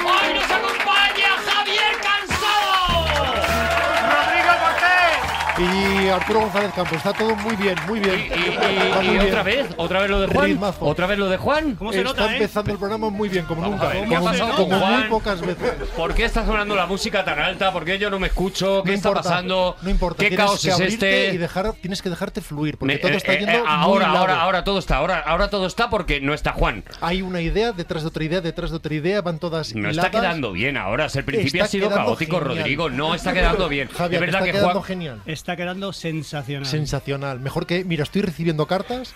Hoy nos acompaña Javier Cansado. Rodrigo Cortés. Y Arturo González Campos, está todo muy bien, muy bien. Y, Va y- muy y bien. otra vez, otra vez lo de Juan, Ritmazo. otra vez lo de Juan. ¿Cómo se está nota, eh? empezando el programa muy bien, como Vamos nunca. a ver, ¿qué ha como pasado como con muy Juan? pocas veces. ¿Por qué está sonando la música tan alta? ¿Por qué yo no me escucho? ¿Qué no está importa, pasando? No importa, ¿Qué tienes caos que es abrirte este? Y dejar, tienes que dejarte fluir, porque Me- todo eh, está eh, yendo. eh, muy ahora, lado. ahora, ahora todo está, ahora, ahora todo está porque no está Juan. Hay una idea detrás de otra idea, detrás de otra idea, van todas. No está hiladas. quedando bien ahora. El principio Está ha sido quedando caótico, genial. Rodrigo. No está quedando bien. Javier, es verdad está que quedando Juan. Ah. genial. Está quedando sensacional. Sensacional. Mejor que. Mira, estoy recibiendo cartas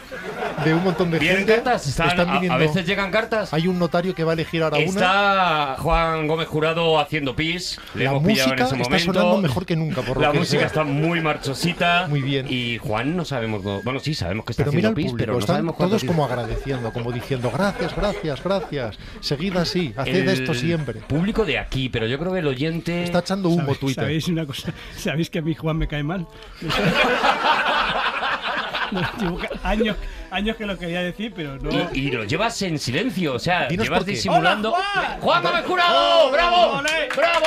de un montón de ¿Vienen gente. cartas? Están- Están a- a, viniendo- veces llegan cartas. Hay un notario que va a elegir ahora una. Está Juan Gómez Jurado haciendo pis. Le La hemos pillado música en ese está momento. sonando mejor que nunca, por lo La que música sea. está muy marchosita. Muy bien. Y Juan no sabemos. dó- Bueno, sí, sabemos que está Pero haciendo mira al pis, público, pero no están sabemos cuánto todos pis. como agradeciendo, como diciendo gracias, gracias, gracias. Seguid así, haced El esto siempre. Público de aquí, pero yo creo que el oyente. Está echando humo ¿Sabéis- Twitter. ¿Sabéis una cosa? ¿Sabéis que a mí Juan me cae mal? Llevo ca- años, años que lo quería decir, pero no. Y, y lo llevas en silencio, o sea, Dinos llevas por qué. disimulando. ¡Hola, ¡Juan Gómez Jurado! ¡Bravo! ¡Ole! ¡Bravo!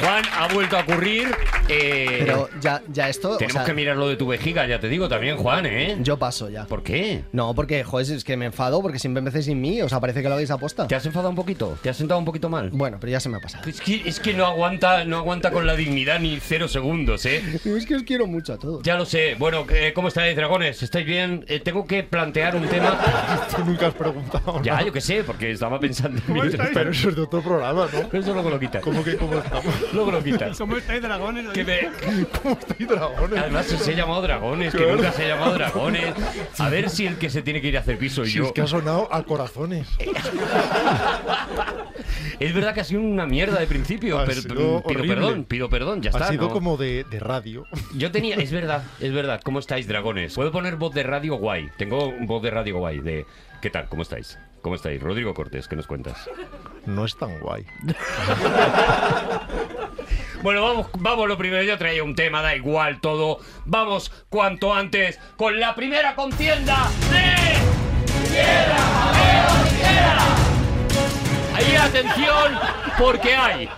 Juan, ha vuelto a ocurrir. eh, Pero ya, ya esto. o tenemos sea, que mirar lo de tu vejiga, ya te digo también, Juan, ¿eh? Yo paso ya. ¿Por qué? No, porque, joder, es que me enfado porque siempre empecéis sin mí. O sea, parece que lo habéis aposta. ¿Te has enfadado un poquito? ¿Te has sentado un poquito mal? Bueno, pero ya se me ha pasado. Es que, es que no aguanta no aguanta con la dignidad ni cero segundos, ¿eh? Digo, es que os quiero mucho a todos. Ya lo sé. Bueno, eh, ¿cómo estáis, dragones? ¿Estáis bien? Eh, tengo que plantear un tema. Tú nunca has preguntado Ya, nada. yo qué sé, porque estaba pensando en mí. Pero eso es de otro programa, ¿no? Pero eso luego lo quitas. ¿Cómo que cómo estamos? Luego lo quitas. ¿Cómo estáis, dragones? Que me- ¿Cómo estoy, dragones? Además, se ha llamado dragones, que nunca se ha llamado dragones. A ver si el que se tiene que ir a hacer piso soy Si yo. Eh, es que ha sonado a corazones. Es verdad que ha sido una mierda de principio, Ha pero sido pido horrible. perdón, pido perdón, ya Ha está. sido ¿no? como de, de radio. Yo tenía, es verdad, es verdad. ¿Cómo estáis, dragones? Puedo poner voz de radio guay. Tengo voz de radio guay. De ¿qué tal? ¿Cómo estáis? ¿Cómo estáis? Rodrigo Cortés, ¿qué nos cuentas? No es tan guay. Bueno, vamos, vamos lo primero. Yo traía un tema, da igual todo. Vamos cuanto antes con la primera contienda de. ¡Piedra, papel o tijera! Ahí atención, porque hay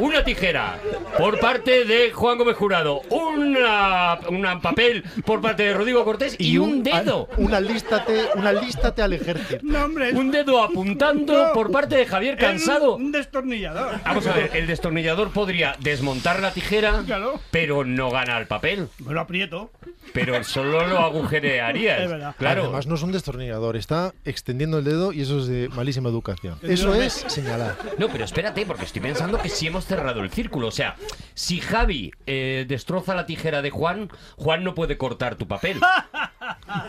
una tijera por parte de Juan Gómez Jurado, una, un papel por parte de Rodrigo Cortés y, un dedo. al- Una lístate, una lístate al ejército. No, hombre, es Un dedo apuntando No. por parte de Javier es Cansado. Un, un destornillador. Ah, Vamos a ver, el destornillador podría desmontar la tijera, Claro. pero no gana el papel. Me lo aprieto. Pero solo lo agujerearías. Es verdad. Claro. Además, no es un destornillador, está extendiendo el dedo y eso es de malísima educación. Eso es señalar. No, pero espérate, porque estoy pensando que sí hemos cerrado el círculo. O sea, si Javi eh, destroza la tijera de Juan, Juan no puede cortar tu papel.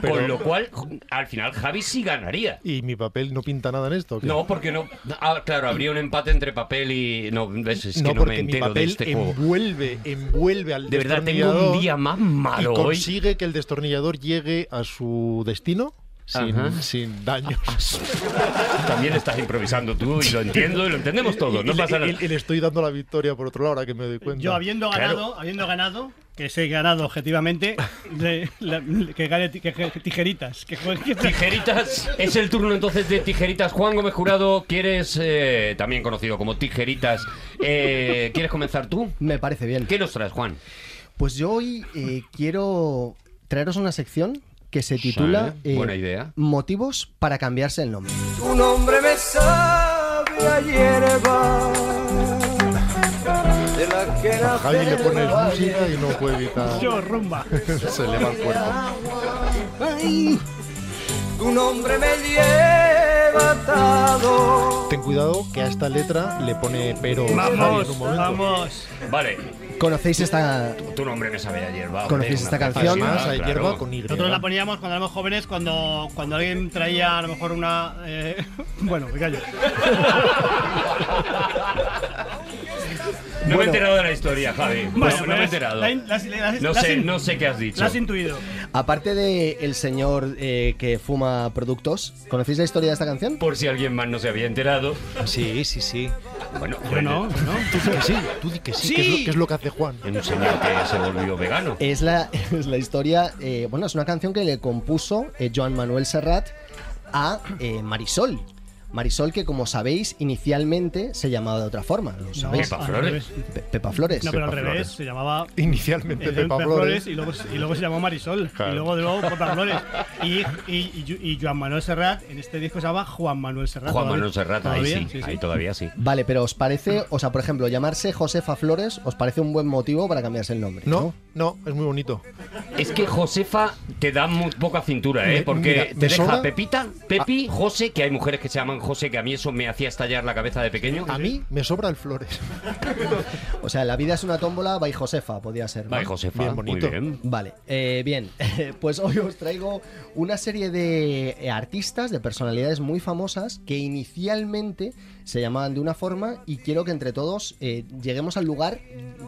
Con lo cual, al final Javi sí ganaría. Y mi papel no pinta nada en esto. ¿o qué? No, porque no. Ah, claro, habría un empate entre papel y. No, es, es que no, no me porque mi entero de papel este juego. envuelve, envuelve al De verdad, tengo destornillador un día más malo y hoy. consigue que el destornillador llegue a su destino Ajá. sin, sin daños. También estás improvisando tú y lo entiendo y lo entendemos todos. No Y le- pasa nada. y- y le estoy dando la victoria por otro lado, ahora que me doy cuenta. Yo habiendo ganado, Claro. habiendo ganado, que sé ganado objetivamente, le- la- que gane ti- que- que tijeritas. Que juegue- que- Tijeritas, es el turno entonces de Tijeritas. Juan Gómez Jurado, quieres, eh, también conocido como Tijeritas, eh, ¿quieres comenzar tú? Me parece bien. ¿Qué nos traes, Juan? Pues yo hoy eh, quiero traeros una sección que se titula eh, Sí, buena idea. Motivos para cambiarse el nombre. Tu nombre me sabe a hierba de la que A Javi le pones nace música y no puede evitar. Yo, rumba. Se le va el cuerpo. Tu nombre me lleva atado Te ten cuidado que a esta letra le pone pero. Javi en Vamos, un momento. vamos. Vale, ¿Conocéis esta, tu nombre me sabe a hierba. ¿Conocéis esta Ah, canción? Además, más hay hierba con Y. Nosotros la poníamos cuando éramos jóvenes, cuando, cuando alguien traía a lo mejor una. eh, bueno, me callo. Pues No me he enterado de la historia, Javi. No, Bueno, no pues, me he enterado. la in- las- las- No las sé, in- no sé qué has dicho. La has intuido. Aparte de el señor eh, que fuma productos, ¿conocéis la historia de esta canción? Por si alguien más no se había enterado. Sí, sí, sí. Bueno, Bueno, bueno. Tú di que sí, tú di que sí, Que, es lo, que es lo que hace Juan. En un señor que se volvió vegano. Eh, Es la, es la historia, eh, bueno, es una canción que le compuso eh, Joan Manuel Serrat a eh, Marisol. Marisol que como sabéis inicialmente se llamaba de otra forma, lo sabéis. Pepa al Flores. revés. Pe- Pepa Flores. No, pero al Pepa revés, Flores. se llamaba. Inicialmente Pepa Pepa Flores Flores. y luego, y luego se llamó Marisol Claro. y luego de nuevo Pepa Flores y, y, y, y Juan Manuel Serrat en este disco se llama Juan Manuel Serrat Juan todavía. Manuel Serrat, ahí Todavía, sí, ahí todavía sí. Vale, pero os parece, o sea, por ejemplo, llamarse Josefa Flores os parece un buen motivo para cambiarse el nombre. No, no, es muy bonito. Es que Josefa te da muy poca cintura, ¿eh? Me- Porque mira, te me deja sobra- Pepita, Pepi, José, que hay mujeres que se llaman José, que a mí eso me hacía estallar la cabeza de pequeño. Ah, A mí me sobra el Flores. O sea, la vida es una tómbola, by Josefa, podría ser. ¿no? Vale, Josefa, Bien bonito. muy bien. Vale, eh, bien, pues hoy os traigo una serie de eh, artistas, de personalidades muy famosas que inicialmente se llamaban de una forma y quiero que entre todos eh, lleguemos al lugar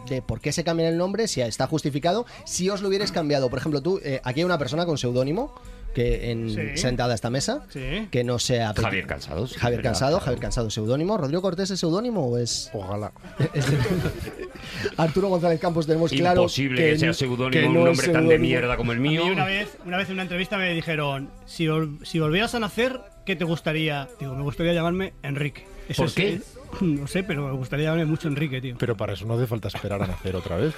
de por qué se cambian el nombre, si está justificado, si os lo hubierais cambiado. Por ejemplo, tú, eh, aquí hay una persona con seudónimo que en, Sí. sentada a esta mesa, Sí. que no sea... Javier Cansados. Javier Cansado, Javier Cansado, seudónimo. ¿Rodrigo Cortés es seudónimo o es...? Oh. Ojalá. Arturo González Campos tenemos Pues claro Imposible que, sea n- que seudónimo no un es nombre tan de seudónimo. mierda como el A mí mío. una vez, una vez en una entrevista me dijeron, si, vol- si volvieras a nacer, ¿qué te gustaría? Digo, me gustaría llamarme Enrique. Eso ¿Por es- qué? eh, no sé, pero me gustaría llamarme mucho Enrique, tío. Pero para eso no hace falta esperar a nacer otra vez.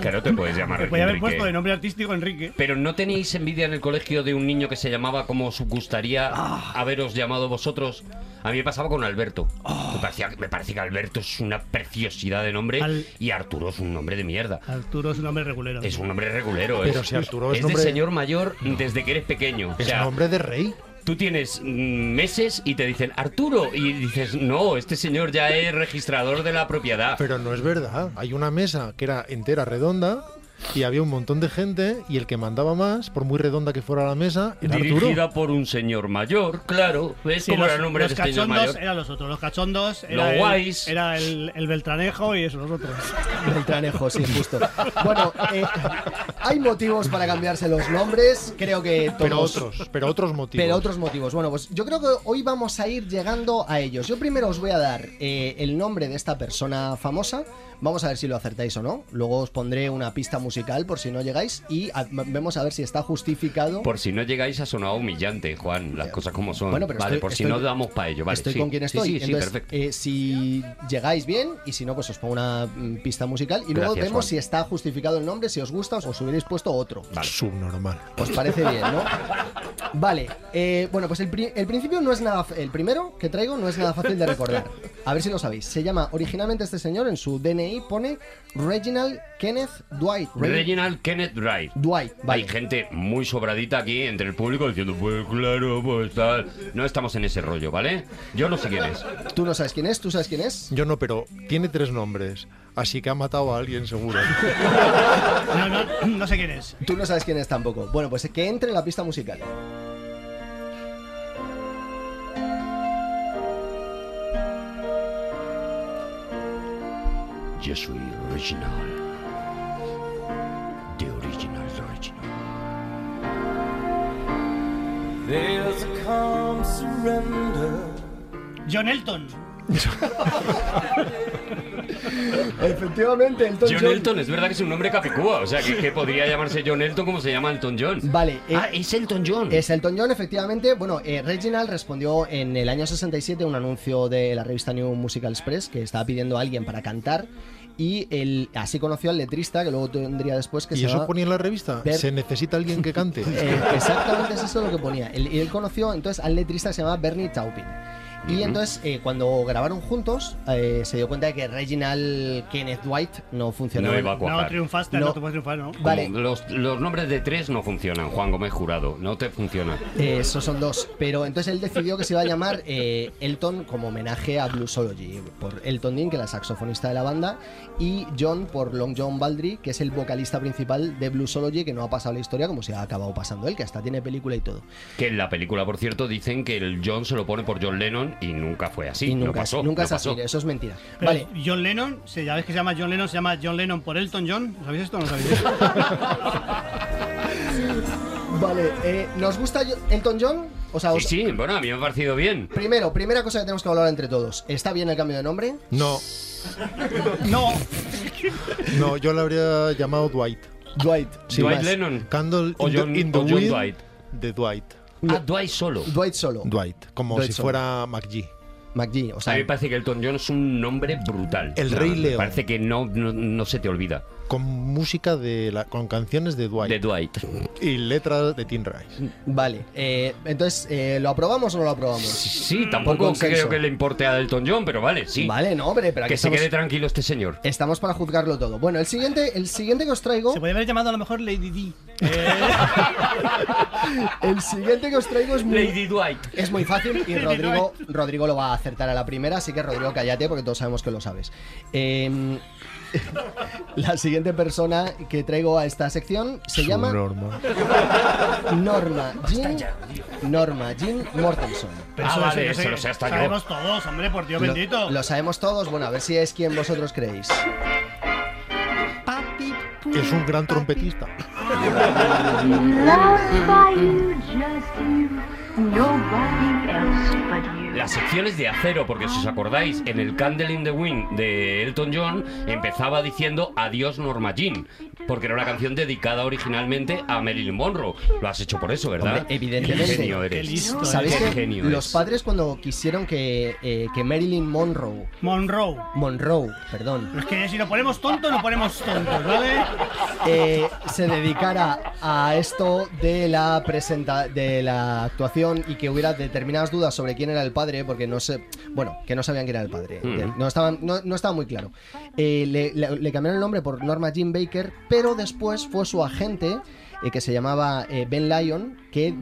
Que no te puedes llamar Pues Me podía haber Enrique. puesto de nombre artístico Enrique. Pero ¿no teníais envidia en el colegio de un niño que se llamaba como os gustaría haberos llamado vosotros? A mí me pasaba con Alberto. Me, parecía, me parece que Alberto es una preciosidad de nombre Al- y Arturo es un nombre de mierda. Arturo es un hombre regulero. Es un nombre regulero. Pero es, si Arturo es es nombre- de señor mayor desde que eres pequeño. O Es sea, nombre de rey. tú tienes mm, meses y te dicen Arturo y dices, no, este señor ya es registrador de la propiedad. Pero no es verdad. Hay una mesa que era entera redonda y había un montón de gente y el que mandaba más, por muy redonda que fuera la mesa, era Dirigida Arturo. por un señor mayor, claro. ¿Ves Sí, cómo los, era el nombre del los señor cachondos mayor? eran los otros. Los cachondos Los era el- guays. era el, el Beltranejo y eso, los otros. Beltranejo, sí, justo. Bueno, eh, hay motivos para cambiarse los nombres, creo que todos. Pero otros, pero otros motivos. Pero otros motivos. Bueno, pues yo creo que hoy vamos a ir llegando a ellos. Yo primero os voy a dar eh, el nombre de esta persona famosa. Vamos a ver si lo acertáis o no. Luego os pondré una pista musical por si no llegáis y a- vemos a ver si está justificado. Por si no llegáis ha sonado humillante, Juan, las cosas como son. Bueno, pero vale, estoy- por si estoy- no damos para ello, vale. estoy sí. con quien estoy. Sí, sí, sí, Entonces, perfecto. eh, si llegáis bien y si no, pues os pongo una mm, pista musical y luego Gracias, vemos Juan. si está justificado el nombre, si os gusta os hubierais puesto otro. Vale. Subnormal. Os parece bien, ¿no? Vale, eh, bueno, pues el, pri- el principio no es nada. f- El primero que traigo no es nada fácil de recordar. A ver si lo sabéis. Se llama originalmente este señor, en su DNI pone Reginald Kenneth Dwight. Re- Reginald Kenneth Wright. Dwight, Hay vale. gente muy sobradita aquí entre el público diciendo, pues claro, pues tal. No estamos en ese rollo, ¿vale? Yo no sé quién es. Tú no sabes quién es, tú sabes quién es. Yo no, pero tiene tres nombres. Así que ha matado a alguien seguro. No, no, no sé quién es. Tú no sabes quién es tampoco. Bueno, pues que entre en la pista musical. Yo soy original. The original, the original. There's a calm surrender. John Elton. Efectivamente, el John Elton, es verdad que es un nombre capicúa, o sea, que, que podría llamarse John Elton como se llama Elton John. Vale, eh, ah, es Elton John. Es Elton John, efectivamente. Bueno, eh, Reginald respondió en el año 67 a un anuncio de la revista New Musical Express que estaba pidiendo a alguien para cantar y él así conoció al letrista que luego tendría después que ¿Y se Eh, eso llama- ponía en la revista? Ver- Se necesita alguien que cante. Eh, exactamente es eso lo que ponía. Él, y él conoció entonces al letrista que se llamaba Bernie Taupin. Y entonces, eh, cuando grabaron juntos, eh, se dio cuenta de que Reginald Kenneth White no funcionó. No iba a No cuajar. triunfaste, No. no te puedes triunfar, ¿no? Como Vale. Los, los nombres de tres no funcionan, Juan Gómez Jurado. No te funciona. Eh, esos son dos. Pero entonces él decidió que se iba a llamar eh, Elton como homenaje a Bluesology, por Elton Dean, que era el saxofonista de la banda, y John por Long John Baldry, que es el vocalista principal de Bluesology, que no ha pasado la historia como se ha acabado pasando él, que hasta tiene película y todo. Que en la película, por cierto, dicen que el John se lo pone por John Lennon y nunca fue así. y nunca, no pasó. nunca no es así, ¿eh? pasó. eso es mentira. Pero vale, John Lennon, se- ya ves que se llama John Lennon, se llama John Lennon por Elton John. ¿Lo ¿Sabéis esto o no sabéis esto? vale. eh, ¿Nos gusta Yo- Elton John? O sea, Sí, os- sí, bueno, a mí me ha parecido bien. Primero, primera cosa que tenemos que hablar entre todos. ¿Está bien el cambio de nombre? No, no. no, yo le habría llamado Dwight. Dwight. sin Dwight más. Lennon. Candle O in the- John- in the o John Wind Dwight. de Dwight. Ah, Dwight solo. Dwight solo. Dwight, como Oh. Dwight si solo. fuera McGee. McGee, o A sea, mí me parece que Elton John es un nombre brutal. El No, Rey me León. Parece que no, no, no se te olvida. Con música de la, con canciones de Dwight. De Dwight. y letras de Tim Rice. Vale, eh, entonces, eh, ¿lo aprobamos o no lo aprobamos? Sí, tampoco consenso. creo que le importe a Elton John, pero vale, sí. Vale, no, hombre, pero aquí que se estamos, quede tranquilo este señor. estamos para juzgarlo todo. Bueno, el siguiente, el siguiente que os traigo, Se podría haber llamado a lo mejor Lady D. el siguiente que os traigo es muy, Lady Dwight. es muy fácil y Rodrigo, Rodrigo lo va a acertar a la primera, así que Rodrigo, cállate porque todos sabemos que lo sabes. Eh, la siguiente persona que traigo a esta sección se llama Norma. Norma Jean, Norma Jean Mortenson. Pero Ah, lo vale, sé, eso sé. lo sé hasta yo. Sabemos todos, hombre, por Dios bendito. Lo, lo sabemos todos, bueno, a ver si es quien vosotros creéis. Es un gran trompetista. Loved by you, just you, nobody else but you. Las secciones de acero, porque si os acordáis, en el Candle in the Wind de Elton John empezaba diciendo Adiós Norma Jean, porque era una canción dedicada originalmente a Marilyn Monroe. Lo has hecho por eso, ¿verdad? Hombre, evidentemente. Qué genio Qué eres. listo, ¿Sabéis Qué que genio los eres. padres cuando quisieron que, eh, que Marilyn Monroe, Monroe. Monroe, perdón, Es que si nos ponemos tontos, nos ponemos tontos, ¿vale? eh, se dedicara a esto de la presenta de la actuación y que hubiera determinadas dudas sobre quién era el padre, porque no sé, bueno, que no sabían quién era el padre, Mm. no, estaban, no, no estaba muy claro. Eh, le, le- le cambiaron el nombre por Norma Jean Baker, pero después fue su agente. eh, que se llamaba eh, Ben Lyon, que,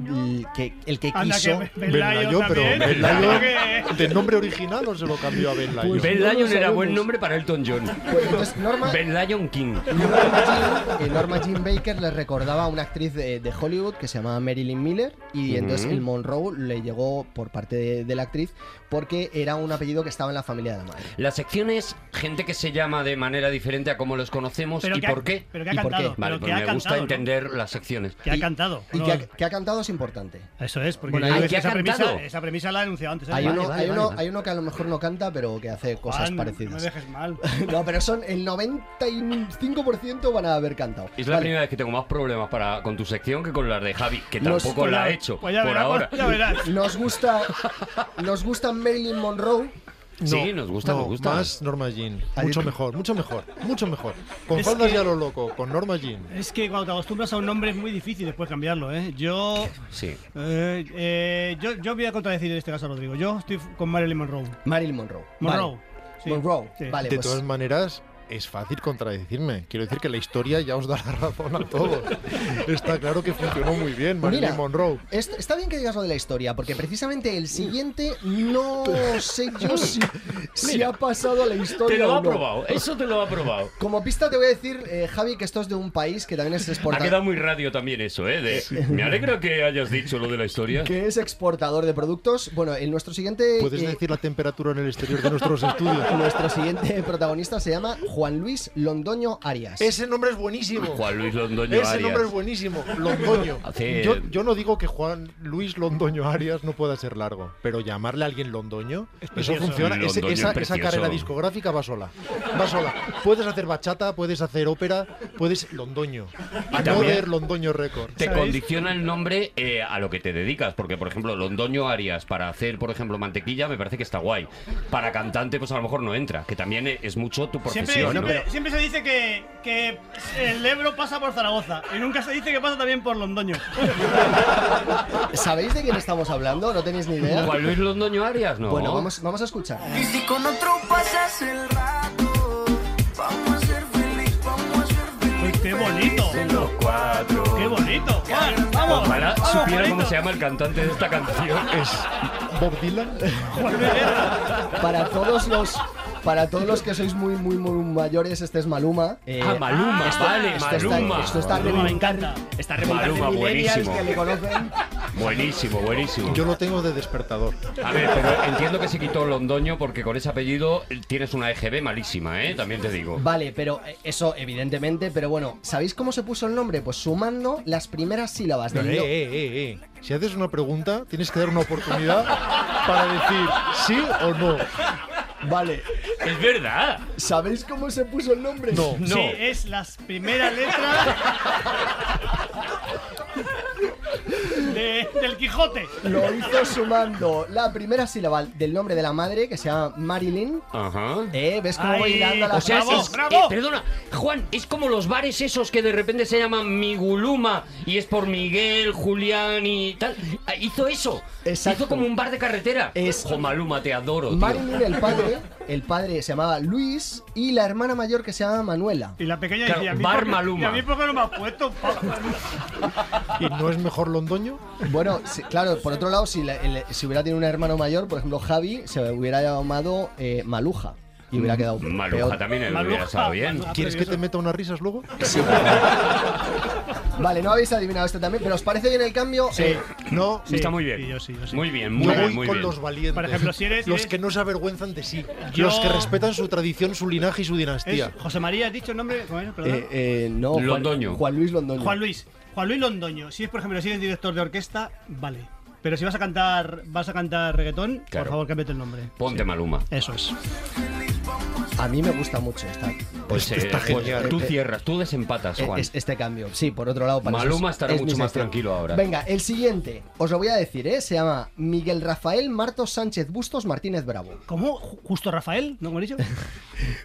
que el que Anda, quiso... que Ben Ben Lyon Layo, pero también. Ben Claro Layo que- del nombre original no se lo cambió a Ben Layo. Ben no lo Lyon era sabemos. buen nombre para Elton John. Pues entonces Norma, Ben Lyon King. Norma Jean, eh, Norma Jean Baker le recordaba a una actriz de, de Hollywood que se llamaba Marilyn Miller y entonces Ujú. el Monroe le llegó por parte de, de la actriz porque era un apellido que estaba en la familia de la madre. La sección es gente que se llama de manera diferente a como los conocemos Pero y que ha- por qué. Pero que ha ¿Y por qué? cantado. Vale, pero que pues ha me gusta cantado, ¿no? entender las secciones. Que ha Y- cantado. Y no- que, ha, que ha cantado es importante. Eso es, porque Bueno, yo hay- creo que ¿que ha esa, premisa, cantado? esa premisa la he anunciado antes. ¿eh? Hay, Vale, uno, vale, hay, vale, uno, vale. hay uno que a lo mejor no canta, pero que hace cosas Juan, No me parecidas. dejes mal. No, pero son el 95% van a haber cantado. Es la Vale. primera vez que tengo más problemas para, con tu sección que con las de Javi, que Los- tampoco la ha hecho Pues ya por verás, ahora. Ya verás. Nos gusta, nos gusta Marilyn Monroe. Sí, nos gusta, no, nos gusta. Más Norma Jean. Ahí Mucho está. mejor, mucho mejor, mucho mejor. Con Es faldas que- ya lo loco, con Norma Jean. Es que cuando te acostumbras a un nombre es muy difícil después cambiarlo, ¿eh? Yo. Sí. eh, eh, yo, yo voy a contradecir en este caso a Rodrigo. Yo estoy con Marilyn Monroe. Marilyn Monroe. Vale. Monroe. sí. Monroe. Sí. Vale, De pues- todas maneras, es fácil contradecirme. Quiero decir que la historia ya os da la razón a todos. Está claro que funcionó muy bien, Marilyn Mira, Monroe. Est- está bien que digas lo de la historia, porque precisamente el siguiente no sé yo si, si ha pasado a la historia. Te lo o ha no. probado, eso te lo ha probado. Como pista te voy a decir, eh, Javi, que esto es de un país que también es Ha quedado exportador. muy radio también eso, ¿eh? De, me alegra que hayas dicho lo de la historia. Que es exportador de productos. Bueno, en nuestro siguiente. ¿Puedes eh, decir la temperatura en el exterior de nuestros estudios? Nuestro siguiente protagonista se llama Juan Luis Londoño Arias. Ese nombre es buenísimo. Juan Luis Londoño Ese Arias. nombre es buenísimo, Londoño. Hace- Yo, yo no digo que Juan Luis Londoño Arias no pueda ser largo, pero llamarle a alguien Londoño, eso precioso. funciona. Ese- Londoño esa, es esa precioso. carrera discográfica va sola. Va sola. Puedes hacer bachata, puedes hacer ópera, puedes Londoño. Another Londoño Record. Te condiciona el nombre eh, a lo que te dedicas, porque por ejemplo, Londoño Arias para hacer, por ejemplo, mantequilla me parece que está guay. Para cantante pues a lo mejor no entra, que también eh, es mucho tu profesión. Siempre Dios, Bueno, ¿no? pero- Siempre se dice que, que el Ebro pasa por Zaragoza y nunca se dice que pasa también por Londoño. ¿Sabéis de quién estamos hablando? ¿No tenéis ni idea? Juan Luis Londoño Arias, ¿no? Bueno, vamos, vamos a escuchar. Y si con otro pasas el rato, vamos a ser feliz, vamos a ser Uy, feliz. qué bonito. Los cuatro. ¡Qué bonito! Juan, vamos. Ojalá vamos, supiera cómo Juanito. se llama el cantante de esta canción. Es Bob Dylan. Para todos los. Para todos los que sois muy, muy, muy mayores, este es Maluma. Eh, Ah, Maluma, vale, esto está- Maluma. esto está Maluma, me encanta. Está remontando Maluma, millennials buenísimo. que le conocen. Buenísimo, buenísimo. Yo lo tengo de despertador. A ver, pero entiendo que se quitó Londoño porque con ese apellido tienes una EGB malísima, ¿eh? También te digo. Vale, pero eh, eso, evidentemente, pero bueno, ¿sabéis cómo se puso el nombre? Pues sumando las primeras sílabas Pero, del eh, no- eh, eh, eh. Si haces una pregunta, tienes que dar una oportunidad para decir sí o no. Vale, Es verdad. ¿sabéis cómo se puso el nombre? No. No. Sí, es las primeras letras de- del Quijote. Lo hizo sumando la primera sílaba del nombre de la madre, que se llama Marilyn. Ajá. Eh, ¿Ves cómo Ay, va hilando la O sea, Bravo, es- bravo. eh, perdona, Juan, es como los bares esos que de repente se llaman Miguluma y es por Miguel, Julián y tal. Ah, Hizo eso. Exacto. Hizo como un bar de carretera. Es- Jo, Maluma, te adoro. tío. Marilyn, el padre, el padre se llamaba Luis y la hermana mayor que se llama Manuela. Y la pequeña Claro, dice, "¿Y a mí Bar por qué- Maluma". ¿Y a mí por qué no me has puesto? pa- ¿Y no es mejor Londoño? Bueno, si- claro, por otro lado, si, la- el- si hubiera tenido un hermano mayor, por ejemplo, Javi, se hubiera llamado eh, Maluja. Y hubiera quedado Mm, Maluja peor. también lo hubiera Maluja. estado bien. Ah, ¿Quieres que te meta unas risas luego? Vale, no habéis adivinado este también, pero ¿os parece bien el cambio? Eh, No. Está muy bien. Sí, yo sí, yo sí. Muy bien, Yo muy voy bien, muy con bien. los valientes. Por ejemplo, si eres- Los eres- que no se avergüenzan de sí. Yo- Los que respetan su tradición, su linaje y su dinastía. Es- José María, ¿has dicho el nombre? ¿Cómo era? Perdona. eh, eh, no, Juan- Londoño. Juan Luis Londoño. Juan Luis. Juan Luis Londoño. Si es, por ejemplo, si eres director de orquesta, vale. Pero si vas a cantar, vas a cantar reggaetón, Claro. por favor, cámbiate el nombre. Ponte Maluma. Eso es. A mí me gusta mucho esta- eh, Pues, eh, está pues genial. tú Eh, eh, cierras, tú desempatas, Juan. es- este cambio. Sí, por otro lado, para eso Maluma es- estará es mi mucho más sección. tranquilo ahora. Venga, el siguiente. Os lo voy a decir, ¿eh? Se llama Miguel Rafael Martos Sánchez Bustos Martínez Bravo. ¿Cómo? Ju- ¿Justo Rafael? ¿No como he dicho?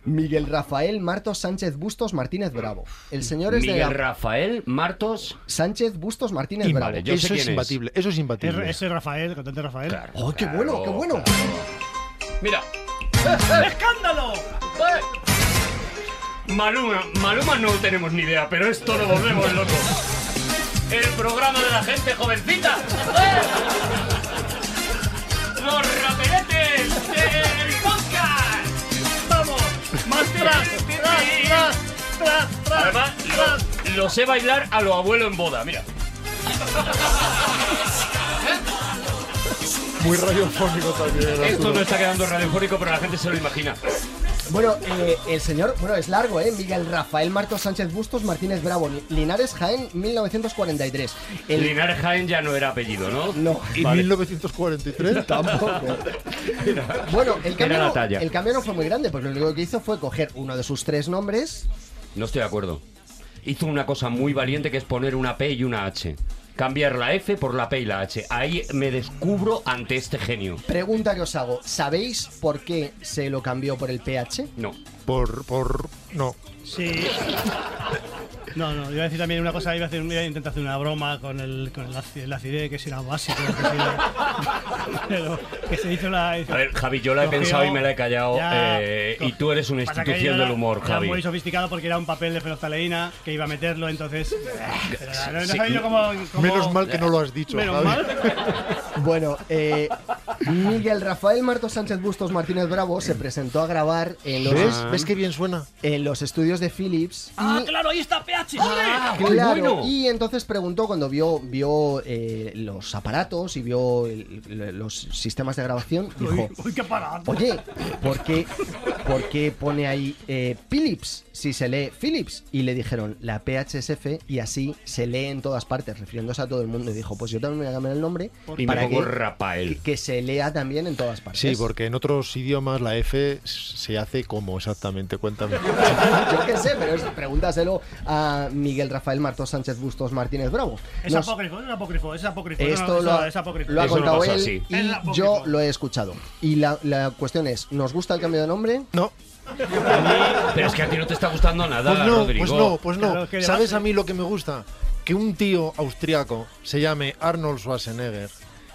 Miguel Rafael Martos Sánchez Bustos Martínez Bravo. El señor es de Miguel Gam- Rafael Martos. Sánchez Bustos Martínez Y- Bravo. Vale, yo sé eso quién es es. imbatible. Eso es Es- imbatible. Ese es Rafael, cantante Rafael. Claro, ¡Oh, qué claro, bueno, qué bueno! claro. Mira, ¡Escándalo! Maluma, Maluma no tenemos ni idea, pero esto lo volvemos loco. El programa de la gente jovencita. ¡Eh! Los raperetes del podcast. Vamos, más tras, tras, tras, tras, tras. Además, lo, lo sé bailar a lo abuelo en boda, mira. Muy radiofónico también. el Esto asunto. no está quedando radiofónico, pero la gente se lo imagina. Bueno, eh, el señor, bueno, es largo, ¿eh? Miguel Rafael Martos Sánchez Bustos Martínez Bravo, Li- Linares Jaén, 1943. El- Linares Jaén ya no era apellido, ¿no? No, Y 1943 tampoco. bueno, el cambio, Era la no, talla. el cambio no fue muy grande, porque lo único que hizo fue coger uno de sus tres nombres. No estoy de acuerdo. Hizo una cosa muy valiente que es poner una P y una H. Cambiar la F por la P y la H. Ahí me descubro ante este genio. Pregunta que os hago, ¿sabéis por qué se lo cambió por el PH? No. por por no. Sí. No, no, iba a decir también una cosa, iba a, hacer, iba a intentar hacer una broma con el, con el, ácido- el acidez, que si era básico, que si era- Pero que se hizo la... A ver, Javi, yo la he Cogió- pensado y me la he callado. Ya. eh, y Co- tú eres una Pasa que institución yo del era- humor, era Javi. muy sofisticado porque era un papel de fenoftaleína que iba a meterlo, entonces... eh, Pero no- no sí. sabía yo cómo- cómo- Menos mal que no lo has dicho. Javi. Menos mal. Bueno, eh, Miguel Rafael Martos Sánchez Bustos Martínez Bravo se presentó a grabar en los, ¿Ves? Ah. ¿Ves qué bien suena? en los estudios de Philips. ¡Ah, y- claro! ¡Ahí está PH! Ah, muy Claro, bueno. y entonces preguntó cuando vio, vio eh, los aparatos y vio el- el- los sistemas de grabación, dijo, ¡Uy, uy, qué parada! oye, ¿por qué, por qué pone ahí eh, Philips si se lee Philips? Y le dijeron la PHSF y así se lee en todas partes, refiriéndose a todo el mundo. Y dijo, pues yo también me voy a cambiar el nombre Y me para pongo que, Rafael. que se lea también en todas partes. Sí, porque en otros idiomas la F se hace como exactamente, cuéntame. Yo qué sé, pero es- pregúntaselo a Miguel Rafael Martos Sánchez Bustos Martínez Bravo. Es Nos- apócrifo, es apócrifo, es apócrifo. Pues no, esto no, lo eso ha, es apócrifo. lo ha Eso no contado pasa él así. Es y apócrifo. yo lo he escuchado. Y la, la cuestión es, ¿nos gusta el cambio de nombre? No, Pero es que a ti no te está gustando nada, pues no, Rodrigo. pues no, pues Claro, no. es que ¿Sabes debate. a mí lo que me gusta? Que un tío austriaco se llame Arnold Schwarzenegger,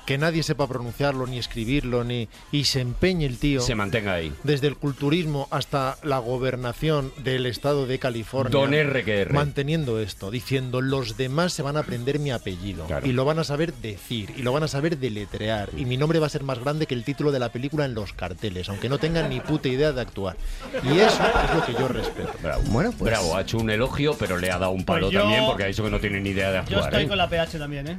que nadie sepa pronunciarlo, ni escribirlo, ni. y se empeñe el tío. Se mantenga ahí. desde el culturismo hasta la gobernación del estado de California. Don RQR. Manteniendo esto, diciendo los demás se van a aprender mi apellido Claro. y lo van a saber decir y lo van a saber deletrear y mi nombre va a ser más grande que el título de la película en los carteles, aunque no tengan ni puta idea de actuar. Y eso es lo que yo respeto. Bravo. Bueno, pues- Bravo, ha hecho un elogio, pero le ha dado un palo Pues yo- también porque ha dicho que no tiene ni idea de Yo actuar. estoy ¿eh? con la PH también, ¿eh?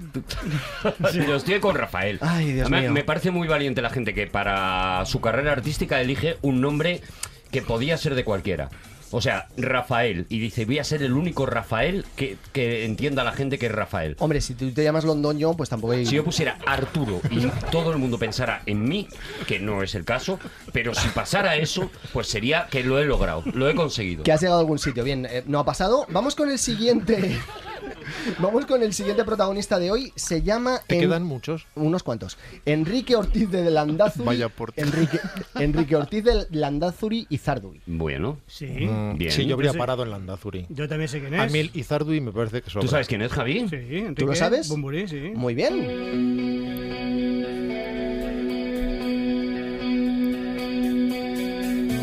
Yo estoy con Rafael. Ay, Dios Además, mío. Me parece muy valiente la gente que para su carrera artística elige un nombre que podía ser de cualquiera. O sea, Rafael. Y dice, voy a ser el único Rafael que, que entienda la gente que es Rafael. Hombre, si tú te llamas Londoño, pues tampoco hay... Si yo pusiera Arturo y todo el mundo pensara en mí, que no es el caso, pero si pasara eso, pues sería que lo he logrado, lo he conseguido. Que has llegado a algún sitio. Bien, eh, no ha pasado. Vamos con el siguiente. Vamos con el siguiente protagonista de hoy. Se llama. Te En- quedan muchos. Unos cuantos. Enrique Ortiz de Landazuri. Vaya por ti. Enrique, Enrique Ortiz de Landazuri y Zardui. Bueno, Sí. Mm. bien. Sí, yo habría Yo sé- parado en Landazuri. Yo también sé quién es. A mí el Izardui me parece que sobra. ¿Tú sabes quién es, Javi? Sí, Enrique. lo sabes? Bumburi, sí. Muy bien.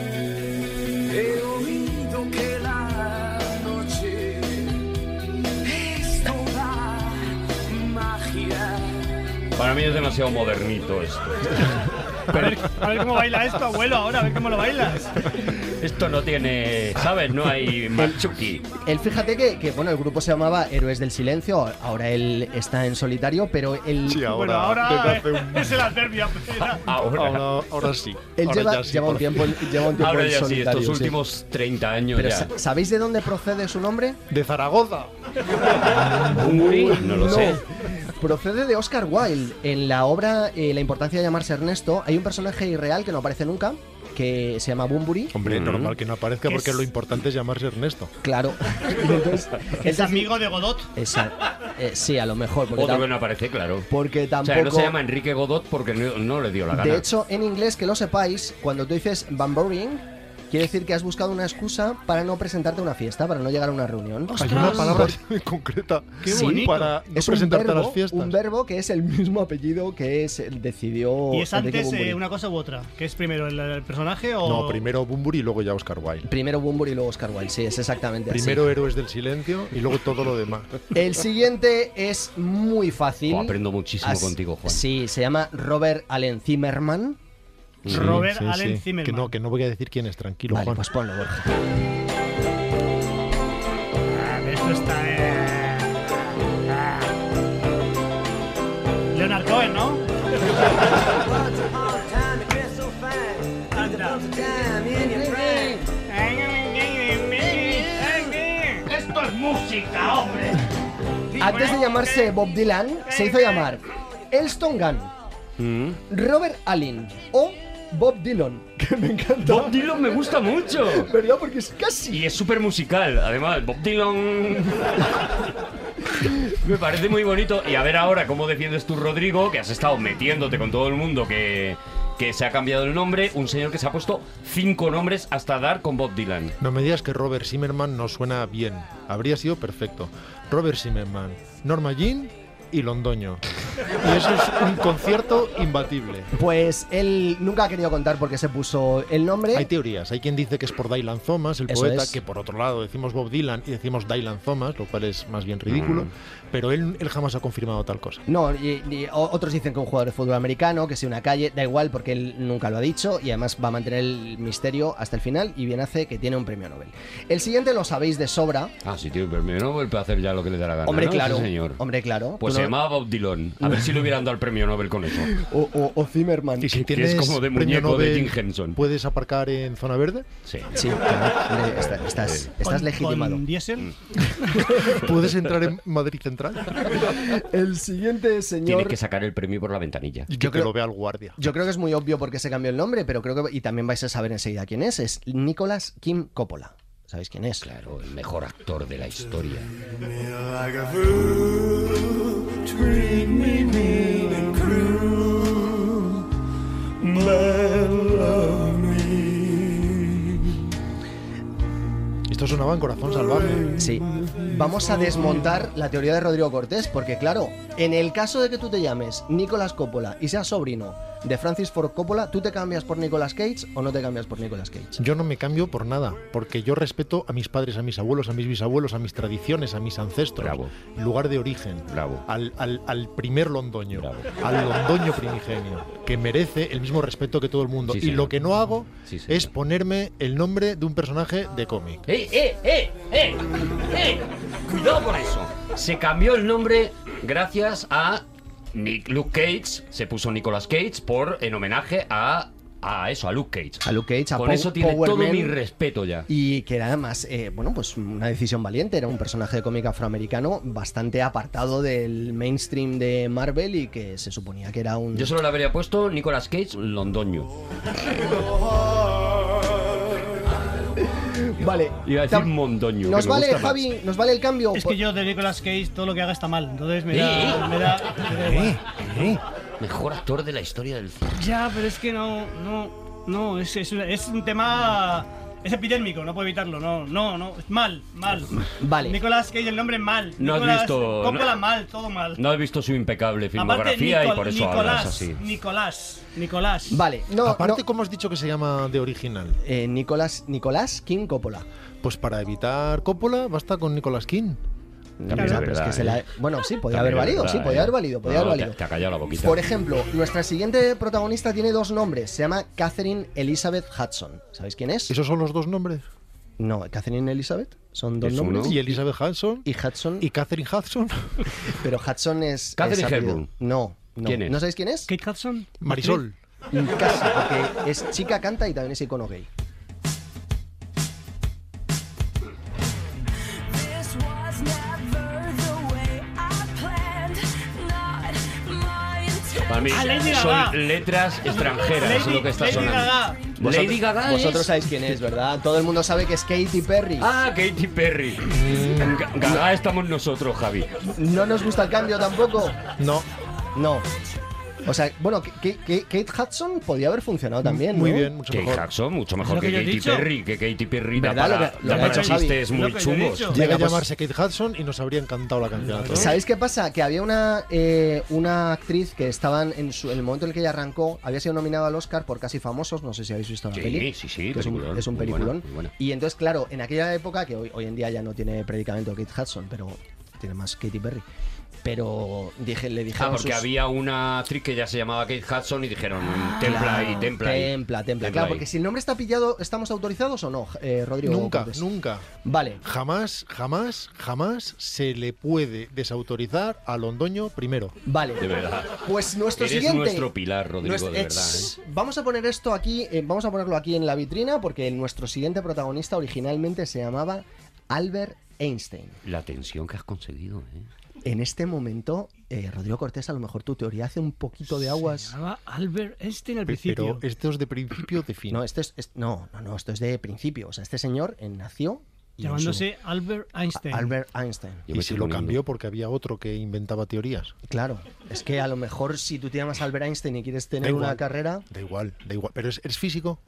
He oído que la noche es toda magia. Para mí es demasiado modernito esto. A ver, a ver cómo baila esto, abuelo, ahora, a ver cómo lo bailas. Esto no tiene, ¿sabes? No hay machuki. Él, fíjate que, que, bueno, el grupo se llamaba Héroes del Silencio. Ahora él está en solitario, pero él. bueno, ahora eh. es el adverbio. Ahora, Ahora, ahora sí. Él Ahora lleva, ya sí, lleva un por tiempo, en- lleva un tiempo ahora en ya sí, solitario. estos sí. últimos 30 años Pero ya. sa- ¿sabéis de dónde procede su nombre? fin. De Zaragoza. Muri, no lo No. sé. Procede de Oscar Wilde. En la obra eh, La importancia de llamarse Ernesto hay un personaje irreal que no aparece nunca, que se llama Bumburi. Hombre, normal que no aparezca Que porque es- lo importante es llamarse Ernesto. Claro. Y entonces- Es amigo de Godot. Esa- eh, sí, a lo mejor. Porque, Otro tam- que no aparece, claro. porque O tampoco. sea, no se llama Enrique Godot porque no, no le dio la gana. de hecho, en inglés, que lo sepáis, cuando tú dices Bumbering, quiere decir que has buscado una excusa para no presentarte a una fiesta, para no llegar a una reunión. Hay una palabra muy concreta Sí. bonito. para no Es un presentarte verbo, a las fiestas. un verbo que es el mismo apellido que es, decidió. Y es Enrique antes eh, Bunbury. una cosa u otra. ¿Qué es primero el, el personaje o.? No, primero Bumburi y luego ya Oscar Wilde. Primero Bumburi y luego Oscar Wilde, sí, es exactamente así. Primero Héroes del Silencio y luego todo lo demás. El siguiente es muy fácil. Jo, aprendo muchísimo As- contigo, Juan. Sí, se llama Robert Allen Zimmerman. Robert Sí, Allen sí. Zimmerman. Que no, que no voy a decir quién es, tranquilo, vale, Juan. pues ponlo, Borja. Ah, Esto está. eh. Ah. Leonard Cohen, ¿no? Anda. Esto es música, hombre. Antes de llamarse Bob Dylan, se hizo llamar Elston Gunn, Mm. Robert Allen o Bob Dylan, que me encanta. Bob Dylan me gusta mucho. ¿Verdad? Porque es casi. Y es súper musical, además. Bob Dylan. Me parece muy bonito. Y a ver ahora cómo defiendes tú, Rodrigo, que has estado metiéndote con todo el mundo que, que se ha cambiado el nombre. Un señor que se ha puesto cinco nombres hasta dar con Bob Dylan. No me digas que Robert Zimmerman no suena bien. Habría sido perfecto. Robert Zimmerman, Norma Jean y Londoño. Y eso es un concierto imbatible. Pues él nunca ha querido contar por qué se puso el nombre. Hay teorías. Hay quien dice que es por Dylan Thomas, el ¿Eh? Eso poeta, es. que por otro lado decimos Bob Dylan y decimos Dylan Thomas, lo cual es más bien Mm. ridículo. Pero él, él jamás ha confirmado tal cosa. No, y- y o- otros dicen que un jugador de fútbol americano, que sea una calle, da igual porque él nunca lo ha dicho y además va a mantener el misterio hasta el final y bien hace que tiene un premio Nobel. El siguiente lo sabéis de sobra. Ah, sí, tío, pero no vuelve a hacer ya lo que le da la gana. Hombre, ¿no? claro. Ese señor. Hombre, claro. Pues Se Tú llamaba Bob Dylan. A ver si le hubieran dado el premio Nobel con eso. O, o- o Zimmerman. Y si Que es tienes como de premio muñeco de Nobel, Jim Henson. ¿Puedes aparcar en zona verde? Sí. Sí, claro, hombre, está- estás, Con- estás legitimado. Con diésel. ¿Puedes entrar en Madrid Central? El siguiente Tienes señor. que sacar el premio por la ventanilla. Y que Yo te creo- lo vea el guardia. Yo creo que es muy obvio porque se cambió el nombre, pero creo que. Y también vais a saber enseguida quién es. Es Nicolas Kim Coppola. ¿Sabéis quién es? Claro, el mejor actor de la historia. Esto sonaba en Corazón Salvaje. Sí. Vamos a desmontar la teoría de Rodrigo Cortés, porque claro, en el caso de que tú te llames Nicolas Coppola y seas sobrino de Francis Ford Coppola, ¿tú te cambias por Nicolas Cage o no te cambias por Nicolas Cage? Yo no me cambio por nada, porque yo respeto a mis padres, a mis abuelos, a mis bisabuelos, a mis tradiciones, a mis ancestros. Bravo. Lugar de origen. Bravo. Al, al- al primer londoño. Bravo. Al londoño primigenio. Que merece el mismo respeto que todo el mundo. Sí, y señor. lo que no hago Sí, señor. es ponerme el nombre de un personaje de cómic. ¡Eh, eh, eh, eh! ¡Eh! Cuidado con eso. Se cambió el nombre gracias a Nick Luke Cage. Se puso Nicolas Cage por en homenaje a, a eso, a Luke Cage. A Luke Cage, a Con Pow- eso tiene Power todo Man. mi respeto ya. Y que era además, eh, bueno, pues una decisión valiente. Era un personaje de cómic afroamericano bastante apartado del mainstream de Marvel y que se suponía que era un. Yo solo le habría puesto Nicolas Cage Londoño. Vale. Iba a decir Tam- Mondoño. Nos que me vale, gusta más. Javi, nos vale el cambio. Es Por- que yo de Nicolas Cage todo lo que haga está mal. Entonces me Eh, eh. da. Me da, me da igual. Mejor actor de la historia del cine. Ya, pero es que no. No, no. Es, es, es un tema. Es epidérmico, no puedo evitarlo. No, no, no. es Mal, mal. Vale. Nicolas Cage, el nombre mal. No has Nicolas visto- Coppola no- mal, todo mal. No has visto su impecable Aparte, filmografía Nicol- y por eso hablas Nicolás, así. Nicolás, Nicolás. Vale, no. Aparte, no. ¿cómo has dicho que se llama de original? Eh, Nicolás, Nicolás Kim Coppola. Pues para evitar Coppola, basta con Nicolas King. También Ya, es pero es verdad, que se ¿eh? la- Bueno, sí, También podía haber es valido, verdad, sí, podía ¿eh? haber valido, podía No, haber te- valido. Te, ha callado la boquita. Por ejemplo, nuestra siguiente protagonista tiene dos nombres. Se llama Catherine Elizabeth Hudson. ¿Sabéis quién es? ¿Esos son los dos nombres? No, Catherine Elizabeth son dos Es nombres. Y Elizabeth Hudson Y Hudson. y Catherine Hudson. Pero Hudson es. Catherine es apellido. Hepburn. No, no. ¿Quién es? ¿No sabéis quién es? Mm, Kate Hudson. Marisol. Casi, porque es chica, canta y también es icono gay. This was never the way I planned, not my intention. Para mí Ah, Lady son Gaga. letras extranjeras es Lady- lo que está Lady sonando. Gaga. Lady Gaga es- Vosotros sabéis quién es, ¿verdad? Todo el mundo sabe que es Katy Perry. Ah, Katy Perry. Ga- Gaga estamos nosotros, Javi. No nos gusta el cambio tampoco. No, No. O sea, bueno, que- que- que Kate Hudson podía haber funcionado también. muy ¿no? bien, mucho Kate mejor. Jackson, mucho lo mejor que que, yo he Katy dicho. Perry, que Katy Perry da ¿Verdad? Lo para, que- da lo que ha para dicho Javi. chistes muy Lo que yo he chungos. dicho. Llega a Venga, pues- llamarse Kate Hudson y nos habría encantado la canción. ¿Eh? a todos. ¿Sabéis qué pasa? Que había una, eh, una actriz que estaban en, su- en el momento en el que ella arrancó, había sido nominada al Oscar por Casi Famosos, no sé si habéis visto la Sí, peli. sí, sí, que es un, peliculón, es un muy buena, peliculón. muy buena. Y entonces, claro, en aquella época, que hoy, hoy en día ya no tiene predicamento Kate Hudson, pero tiene más Katy Perry. Pero dije, le dije Ah, porque había una actriz que ya se llamaba Kate Hudson y dijeron, templa ahí, templa ahí. Ah, Templa, templa. Templa Claro, ahí. porque si el nombre está pillado, ¿estamos autorizados o no, eh, Rodrigo? Nunca, Cortés? nunca. Vale. Jamás, jamás, jamás se le puede desautorizar a Londoño primero. Vale. De verdad. Pues nuestro Eres siguiente. nuestro pilar, Rodrigo, Nuestro- de verdad. Ets. ¿eh? Vamos a poner esto aquí, eh, vamos a ponerlo aquí en la vitrina porque el- nuestro siguiente protagonista originalmente se llamaba Albert Einstein. La tensión que has conseguido, ¿eh? En este momento, eh, Rodrigo Cortés, a lo mejor tu teoría hace un poquito de aguas. Llamaba Albert Einstein al Pe- principio. Pero esto es de principio de fin. No, esto es, es- no, no, no, esto es de principio. O sea, este señor eh, nació y en su- Llamándose Albert Einstein. Albert Einstein. Yo me y si estoy lo poniendo- cambió porque había otro que inventaba teorías. Claro, es que a lo mejor si tú te llamas Albert Einstein y quieres Da tener igual, una carrera, Da igual, da igual. Pero es, es físico.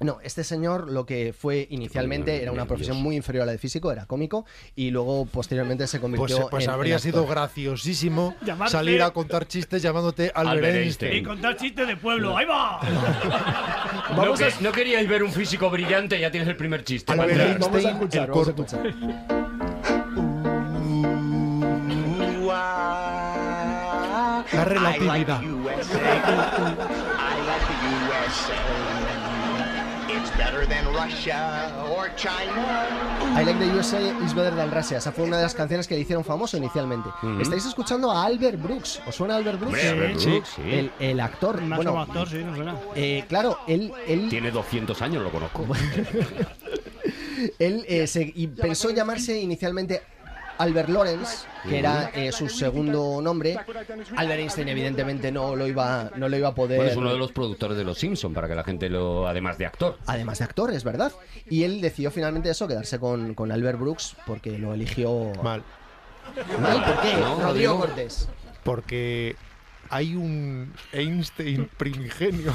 No, este señor lo que fue inicialmente era una profesión muy inferior a la de físico, era cómico, y luego posteriormente se Pues, convirtió pues en- en habría actor. sido graciosísimo Llamarse- salir a contar chistes llamándote Albert, Albert Einstein. Y contar chistes de pueblo. ¡Ahí va! No, que- no queríais ver un físico brillante, ya tienes el primer chiste. Albert para entrar. Einstein. Vamos a escuchar, el vamos a corto. escuchar. La relatividad. I like the USA. It's better than Russia or China. I Like the USA is Better Than Russia. Esa fue una de las canciones que le hicieron famoso inicialmente. Mhm. Estáis escuchando a Albert Brooks. ¿Os suena Albert Brooks? Hombre, Albert Sí, Brooks, sí. sí. El, el actor. Más bueno, como actor, sí, no suena. eh, claro, él, él Tiene 200 años, lo conozco. Él eh, se- y pensó llamarse inicialmente Albert Lawrence, que era eh, su segundo nombre. Albert Einstein evidentemente no lo iba, no lo iba a poder. Bueno, es uno de los productores de Los Simpson para que la gente lo, además de actor. Además de actor, es verdad. Y él decidió finalmente eso, quedarse con, con Albert Brooks, porque lo eligió Mal. Mal, ¿por qué? No, Rodrigo Rodrigo. Cortés. Porque hay un Einstein primigenio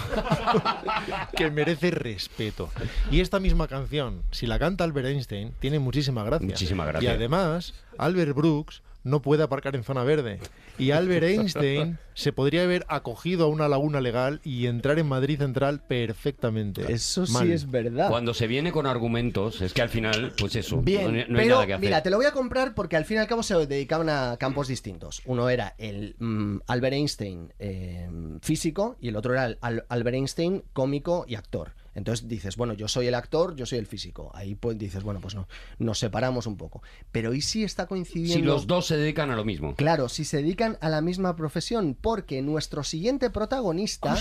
que merece respeto. Y esta misma canción, si la canta Albert Einstein, tiene muchísima gracia. Muchísima gracia. Y además, Albert Brooks no puede aparcar en zona verde. Y Albert Einstein se podría haber acogido a una laguna legal y entrar en Madrid Central perfectamente. Eso sí Mal. es verdad. Cuando se viene con argumentos, es que al final, pues eso, no, Ah. Bien, no hay pero nada que hacer. mira, te lo voy a comprar porque al fin y al cabo se dedicaban a campos distintos. Uno era el mm, Albert Einstein eh, físico y el otro era el Al- Albert Einstein cómico y actor. Entonces dices, bueno, yo soy el actor, yo soy el físico. Ahí pues dices, bueno, pues no, nos separamos un poco. Pero ¿y si está coincidiendo? Si los dos se dedican a lo mismo. Claro, si se dedican a la misma profesión, porque nuestro siguiente protagonista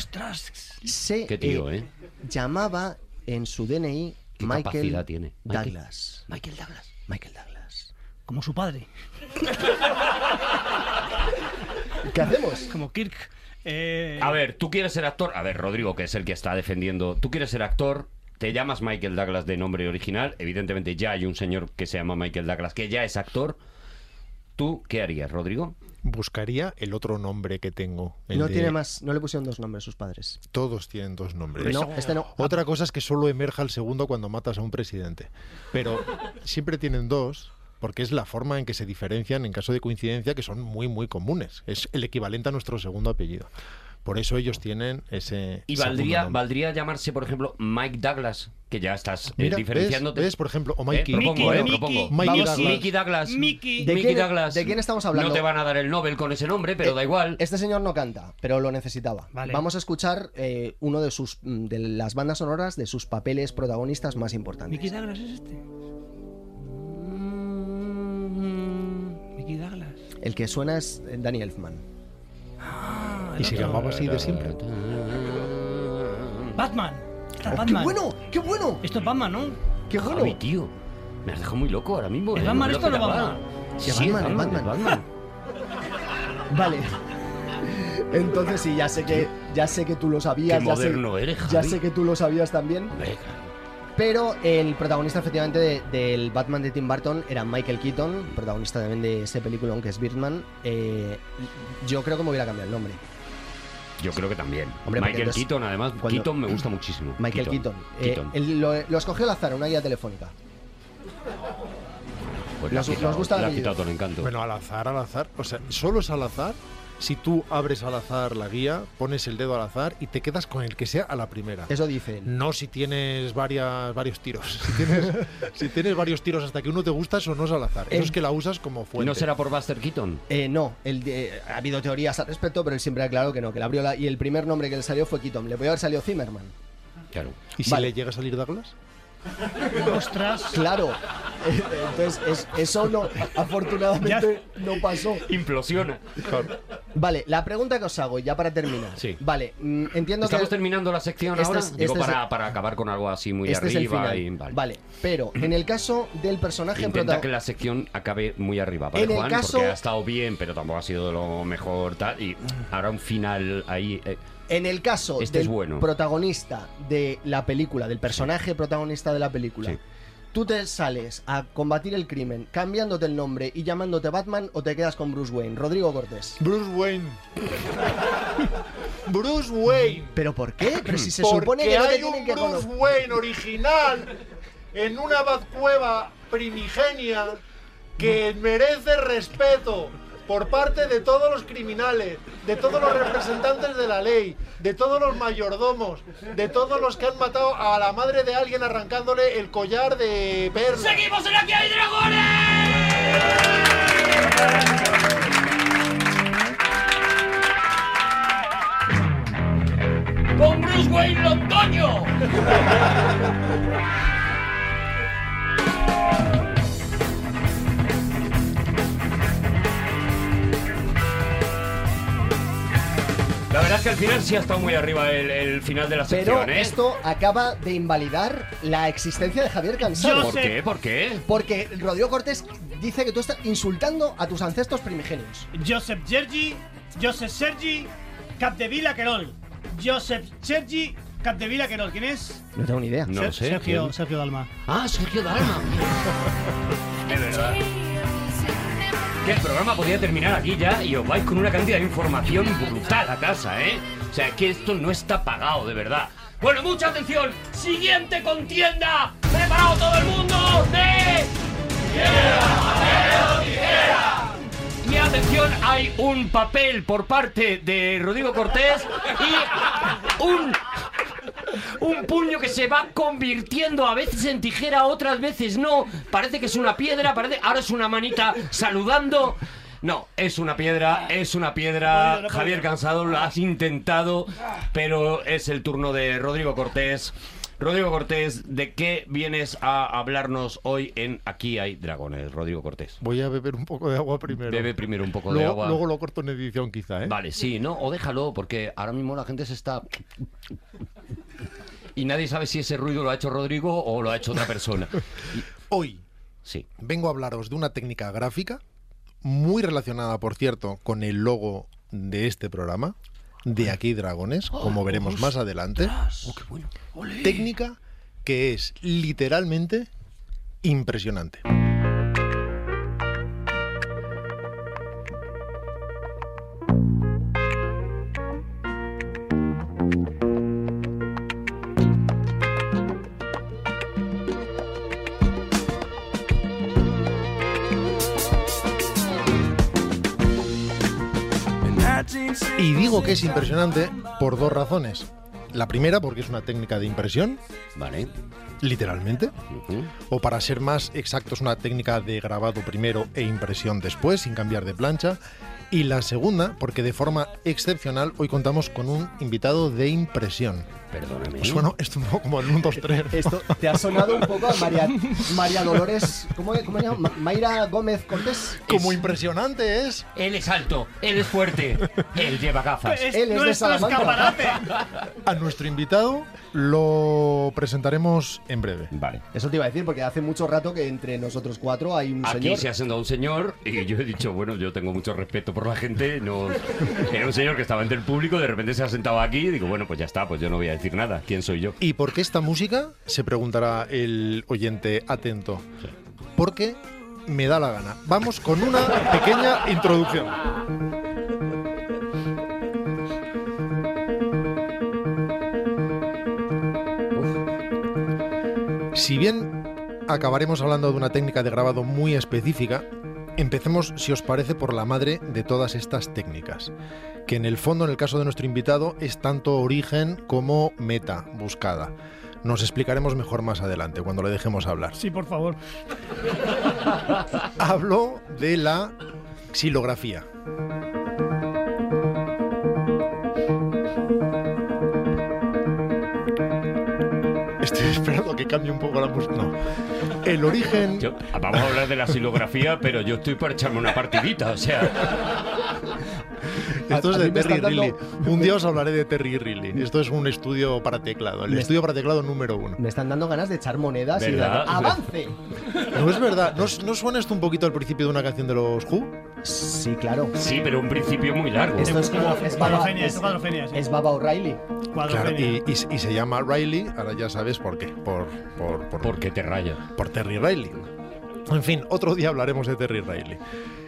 se Qué tío, ¿eh? llamaba en su DNI Qué Michael capacidad tiene. Michael- Douglas. Michael Douglas. Michael Douglas. Como su padre. ¿Qué hacemos? Como Kirk. Eh, A ver, tú quieres ser actor. A ver, Rodrigo, que es el que está defendiendo. Tú quieres ser actor. Te llamas Michael Douglas de nombre original. Evidentemente ya hay un señor que se llama Michael Douglas que ya es actor. ¿Tú qué harías, Rodrigo? Buscaría el otro nombre que tengo. el no de- tiene más, no le pusieron dos nombres sus padres. Todos tienen dos nombres. No, este Ah. no. Otra cosa es que solo emerja el segundo cuando matas a un presidente. Pero siempre tienen dos porque es la forma en que se diferencian en caso de coincidencia que son muy, muy comunes. Es el equivalente a nuestro segundo apellido. Por eso ellos tienen ese... Y segundo valdría, nombre. valdría llamarse, por ejemplo, Mike Douglas, que ya estás eh, Mira, ¿ves? diferenciándote. ¿Ves? Por ejemplo, o Eh, Mikey. propongo, Mickey, eh, Mickey, propongo. Mikey Vamos, Douglas. Mickey Douglas. Mickey. ¿De Mickey quién- Douglas. de quién estamos hablando? No te van a dar el Nobel con ese nombre, pero Eh, da igual. Este señor no canta, pero lo necesitaba. Vale. Vamos a escuchar eh, uno de sus mm, de las bandas sonoras de sus papeles protagonistas más importantes. ¿Mickey Douglas es este? Mickey Douglas. El que suena es eh, Danny Elfman. Ah, Y se llamaba así de siempre. Batman. Está Ah, ¡Qué Batman. bueno! ¡Qué bueno! Esto es Batman, ¿no? ¡Qué bueno! Javi, Ah, tío. Me has dejado muy loco ahora mismo. ¿Es eh, Batman no esto o no lo esperaba. Batman? Sí, Es sí, es Batman, es Batman, es Batman. Batman. Vale. Entonces sí, ya sé que ya sé que tú lo sabías, Qué ya sé, moderno eres, Javi. ya sé que tú lo sabías también. Hombre, claro. Pero el protagonista efectivamente de- del Batman de Tim Burton era Michael Keaton, protagonista también de ese película, aunque es Birdman. Eh, yo creo que me hubiera cambiado el nombre. Yo creo que también. Hombre, porque Michael entonces- Keaton, además. cuando- Keaton me gusta muchísimo. Michael Keaton. Eh, él lo, lo escogió al azar, una guía telefónica. Pues le ha nos- nos quitado- gusta el Le ha apellido. quitado todo el encanto. Bueno, al azar, al azar. O sea, solo es al azar. Si tú abres al azar la guía, pones el dedo al azar y te quedas con el que sea a la primera. Eso dice él. No si tienes varias, varios tiros. Si tienes, si tienes varios tiros hasta que uno te gusta, eso no es al azar. Eso Eh, es que la usas como fuente. ¿No será por Buster Keaton? Eh, no, él, eh, ha habido teorías al respecto, pero él siempre ha aclarado que no, que le abrió la, y el primer nombre que le salió fue Keaton. Le podía haber salido Zimmerman. Claro. ¿Y si Vale. le llega a salir Douglas? Ostras. Claro. Eh, Entonces, es- eso no, afortunadamente no pasó. Implosiona. Vale, la pregunta que os hago, ya para terminar. Sí. Vale, mm, entiendo Estamos que. terminando la sección Este ahora. es- Digo, este es para, el- para acabar con algo así muy este es el arriba. final. y- vale. pero en el caso del personaje Intenta protagonista. que la sección acabe muy arriba, ¿vale, En el Juan? caso- Porque ha estado bien, pero tampoco ha sido de lo mejor. Tal, y ahora un final ahí. eh, En el caso Este del es bueno. protagonista de la película, del personaje protagonista de la película, Sí. ¿tú te sales a combatir el crimen cambiándote el nombre y llamándote Batman o te quedas con Bruce Wayne? Rodrigo Cortés. Bruce Wayne. Bruce Wayne. ¿Pero por qué? Pero si se Porque supone que no te hay un tienen que Bruce conocer. Wayne original en una bazcueva primigenia que merece respeto por parte de todos los criminales, de todos los representantes de la ley, de todos los mayordomos, de todos los que han matado a la madre de alguien arrancándole el collar de perla. ¡Seguimos en Aquí hay dragones! Con Bruce Bruce Wayne Londoño. La verdad es que al final sí ha estado muy arriba el, el final de la Pero este sección, ¿eh? esto acaba de invalidar la existencia de Javier Cansado. ¿Por qué? ¿Por qué? Porque Rodrigo Cortés dice que tú estás insultando a tus ancestros primigenios. Joseph Gergi, Joseph Sergi, Capdevila Querol. Joseph Sergi, Capdevila Querol. ¿Quién es? No tengo ni idea. No lo sé. Sergio, ¿quién? Sergio Dalma. Ah, Sergio Dalma. Es verdad. Que el programa podía terminar aquí ya y os vais con una cantidad de información brutal a casa, ¿eh? O sea, que esto no está pagado, de verdad. Bueno, mucha atención. Siguiente contienda. Preparado todo el mundo de... Y atención, hay un papel por parte de Rodrigo Cortés y un, un puño que se va convirtiendo a veces en tijera, otras veces no. Parece que es una piedra, parece ahora es una manita saludando. No, es una piedra, es una piedra. Javier Cansado, lo has intentado, pero es el turno de Rodrigo Cortés. Rodrigo Cortés, ¿de qué vienes a hablarnos hoy en Aquí hay dragones, Rodrigo Cortés? Voy a beber un poco de agua primero. Bebe primero un poco de luego, agua. luego lo corto en edición, quizá, ¿eh? Vale, sí, ¿no? O déjalo, porque ahora mismo la gente se está... Y nadie sabe si ese ruido lo ha hecho Rodrigo o lo ha hecho otra persona. Hoy Sí. vengo a hablaros de una técnica gráfica muy relacionada, por cierto, con el logo de este programa, de Aquí Dragones, como veremos más adelante. Técnica que es literalmente impresionante. Y digo que es impresionante por dos razones. La primera, porque es una técnica de impresión. Vale. Literalmente. O para ser más exactos, una técnica de grabado primero e impresión después, sin cambiar de plancha. Y la segunda, porque de forma excepcional hoy contamos con un invitado de impresión. Perdóname. Pues bueno, esto un poco como el 1, 2, 3. Esto te ha sonado un poco a María, María Dolores. ¿Cómo, cómo se llama? Ma- Mayra Gómez Cortés. Como impresionante es. Él es alto, él es fuerte, él lleva gafas. Es Él es de nuestro Salamanca. escaparate. A nuestro invitado lo presentaremos en breve. Vale. Eso te iba a decir, porque hace mucho rato que entre nosotros cuatro hay un Aquí señor. se ha sentado un señor y yo he dicho, bueno, yo tengo mucho respeto por la gente. No... Era un señor que estaba entre el público, de repente se ha sentado aquí y digo, bueno, pues ya está, pues yo no voy a decir nada. ¿Quién soy yo? ¿Y por qué esta música? Se preguntará el oyente atento. Porque me da la gana. Vamos con una pequeña introducción. Si bien acabaremos hablando de una técnica de grabado muy específica, empecemos, si os parece, por la madre de todas estas técnicas, que en el fondo, en el caso de nuestro invitado, es tanto origen como meta buscada. Nos explicaremos mejor más adelante, cuando le dejemos hablar. Sí, por favor. Hablo de la xilografía. Estoy esperando que cambie un poco la música. No. El origen. Yo- vamos a hablar de la silografía, pero yo estoy para echarme una partidita, o sea. Esto A- es a de mí me Terry están Riley. dando- Un día os hablaré de Terry Riley. Esto es un estudio para teclado. El Me- estudio para teclado número uno. Me están dando ganas de echar monedas y de... ¿Verdad? ¡Avance! No es verdad. ¿No, os- no suena esto un poquito al principio de una canción de los Who? Sí, claro. Sí, pero un principio muy largo. Esto es como... Es Baba, Cuadrofenia, es, esto cuadrofenia, sí. es Baba O'Reilly. Claro, Cuadrofenia. y, y- y se llama Riley. Ahora ya sabes por qué. Por, por, por, Porque te raya. por Terry Riley. En fin, otro día hablaremos de Terry Riley.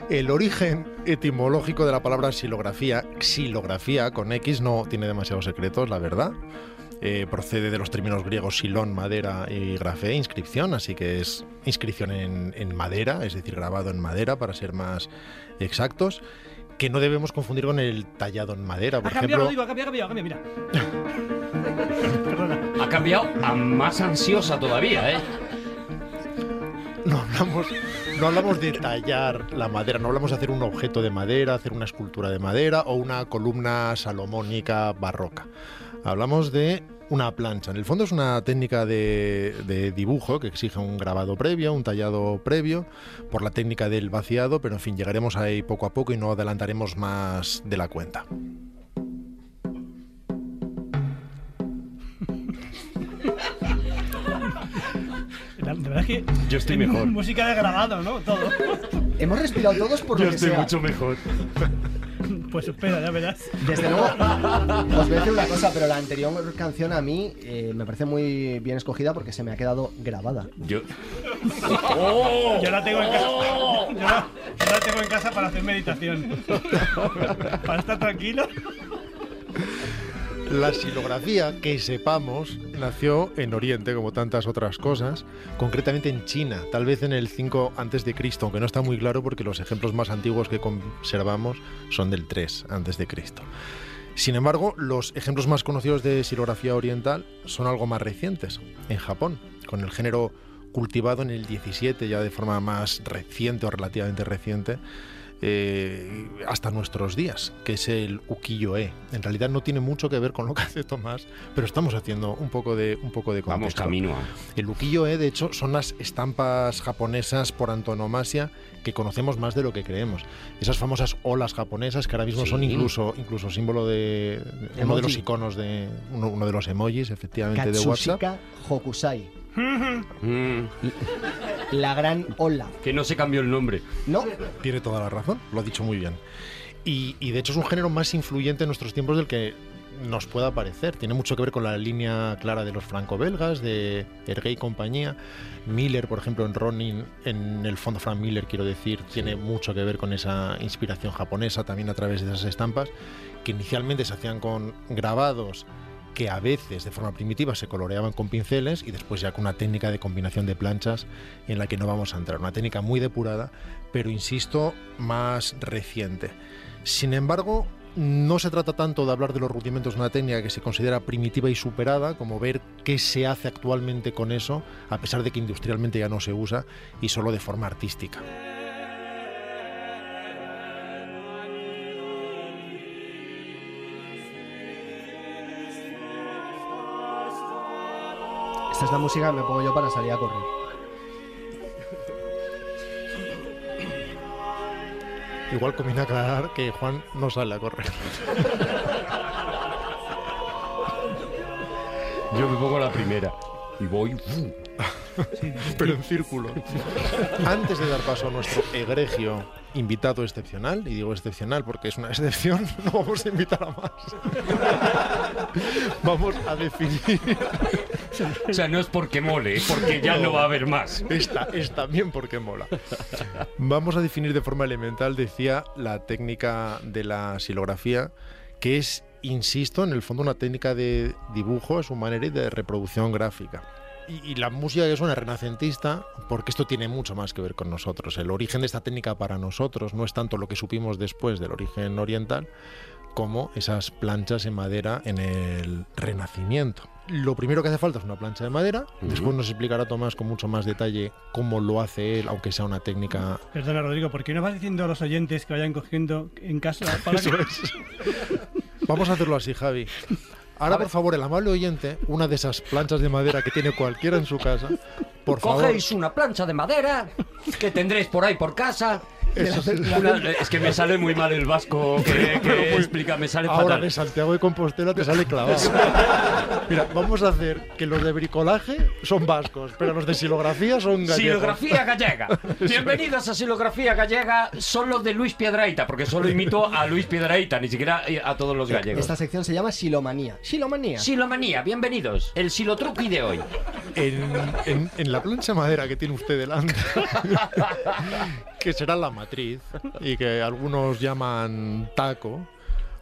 El origen etimológico de la palabra xilografía, xilografía con X, no tiene demasiados secretos, la verdad. Eh, procede de los términos griegos silón, madera y grafé, inscripción, así que es inscripción en, en madera, es decir, grabado en madera para ser más exactos, que no debemos confundir con el tallado en madera, Ha por ejemplo. cambiado, lo digo, ha cambiado, ha cambiado, ha cambiado, mira. Ha cambiado a más ansiosa todavía, ¿eh? No hablamos no hablamos de tallar la madera, no hablamos de hacer un objeto de madera, hacer una escultura de madera o una columna salomónica barroca. Hablamos de una plancha. En el fondo es una técnica de, de dibujo que exige un grabado previo, un tallado previo, por la técnica del vaciado, pero en fin, llegaremos ahí poco a poco y no adelantaremos más de la cuenta. La- De verdad es que. Yo estoy tiene mejor. Música de grabado, ¿no? Todo. Hemos respirado todos por lo que sea. mejor. Pues espera, ya verás. Desde luego, os voy a decir una cosa, pero la anterior canción a mí eh, me parece muy bien escogida porque se me ha quedado grabada. Yo. Yo la tengo en casa. Yo la, yo la tengo en casa para hacer meditación. para estar tranquilo. La silografía, que sepamos, nació en Oriente, como tantas otras cosas, concretamente en China, tal vez en el 5 antes de Cristo, aunque no está muy claro porque los ejemplos más antiguos que conservamos son del 3 antes de Cristo. Sin embargo, los ejemplos más conocidos de silografía oriental son algo más recientes, en Japón, con el género cultivado en el 17, ya de forma más reciente o relativamente reciente, eh, hasta nuestros días, que es el ukiyo-e. En realidad no tiene mucho que ver con lo que hace Tomás, pero estamos haciendo un poco de, un poco de Vamos contexto. camino a. El ukiyo-e, de hecho, son las estampas japonesas por antonomasia que conocemos más de lo que creemos. Esas famosas olas japonesas que ahora mismo son Sí. incluso, incluso símbolo de uno Emoji. de los iconos de uno, uno de los emojis, efectivamente, de Katsushika Hokusai. WhatsApp. Mm, La gran ola. que no se cambió el nombre. No. Tiene toda la razón, lo ha dicho muy bien. Y, y de hecho es un género más influyente en nuestros tiempos del que nos pueda parecer. Tiene mucho que ver con la línea clara de los franco-belgas, de Hergé y compañía. Miller, por ejemplo, en Ronin, en el fondo Frank Miller, quiero decir, tiene mucho que ver con esa inspiración japonesa también a través de esas estampas que inicialmente se hacían con grabados que a veces de forma primitiva se coloreaban con pinceles y después ya con una técnica de combinación de planchas en la que no vamos a entrar, una técnica muy depurada, pero insisto, más reciente. Sin embargo, no se trata tanto de hablar de los rudimentos de una técnica que se considera primitiva y superada, como ver qué se hace actualmente con eso, a pesar de que industrialmente ya no se usa y solo de forma artística. Esta es la música que me pongo yo para salir a correr. Igual conviene aclarar que Juan no sale a correr. Yo me pongo la primera. Y voy. uh. ¡fum! pero en círculo. Antes de dar paso a nuestro egregio invitado excepcional, y digo excepcional porque es una excepción, no vamos a invitar a más. Vamos a definir. O sea, no es porque mole, es porque ya no va a haber más. Esta es también porque mola. Vamos a definir de forma elemental, decía, la técnica de la silografía, que es, insisto, en el fondo una técnica de dibujo, es un manera y de reproducción gráfica. Y, y la música que suena renacentista, porque esto tiene mucho más que ver con nosotros. El origen de esta técnica para nosotros no es tanto lo que supimos después del origen oriental, como esas planchas en madera en el Renacimiento. Lo primero que hace falta es una plancha de madera. Después nos explicará Tomás con mucho más detalle cómo lo hace él, aunque sea una técnica. Perdona, Rodrigo, ¿por qué no vas diciendo a los oyentes que vayan cogiendo en casa? Para Eso que- Vamos a hacerlo así, Javi. Ahora, por favor, el amable oyente, una de esas planchas de madera que tiene cualquiera en su casa, por favor. Cogéis una plancha de madera que tendréis por ahí por casa. Eso es- Una- es que me sale muy mal el vasco que, que explica, me sale Ahora fatal. de Santiago de Compostela te sale clavado. Mira, vamos a hacer que los de bricolaje son vascos, pero los de silografía son gallegos. Silografía gallega. Bienvenidos a Silografía gallega. Son los de Luis Piedraita, porque solo imito a Luis Piedraita, ni siquiera eh, a todos los gallegos. Esta sección se llama Silomanía. Silomanía. Silomanía, bienvenidos. El silotruqui de hoy. en, en- en la plancha de madera que tiene usted delante, que será la matriz y que algunos llaman taco,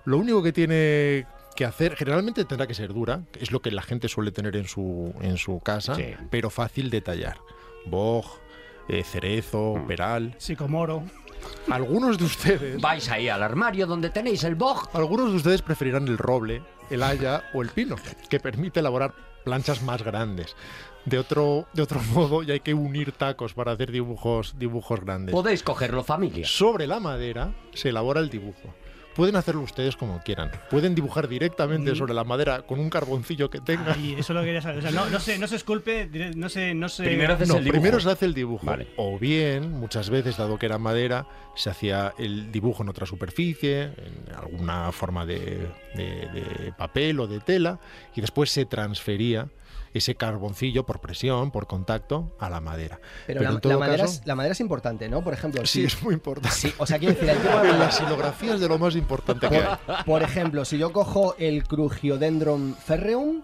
lo único que tiene que hacer, generalmente tendrá que ser dura, que es lo que la gente suele tener en su, en su casa, pero fácil de tallar. Boj, eh, cerezo, peral. Sicomoro. Algunos de ustedes. Vais ahí al armario donde tenéis el boj. Algunos de ustedes preferirán el roble, el haya o el pino, que permite elaborar planchas más grandes. De otro, de otro modo, ya hay que unir tacos para hacer dibujos, dibujos grandes. Podéis cogerlo, familia. Sobre la madera se elabora el dibujo. Pueden hacerlo ustedes como quieran. Pueden dibujar directamente Mm. sobre la madera con un carboncillo que tengan. Y eso lo quería saber. O sea, no, no se, no se esculpe, dire- no se. No Eh, se No, primero se hace el dibujo. O bien, muchas veces, dado que era madera, se hacía el dibujo en otra superficie, en alguna forma de, de- de papel o de tela, y después se transfería ese carboncillo por presión, por contacto, a la madera. Pero, la, en todo la madera caso- es, la madera es importante, ¿no? Por ejemplo, Sí, es muy importante. o sea, quiero decir, el tema de En las silografías de lo más importante que hay. Por, por ejemplo, si yo cojo el Crugiodendron ferreum,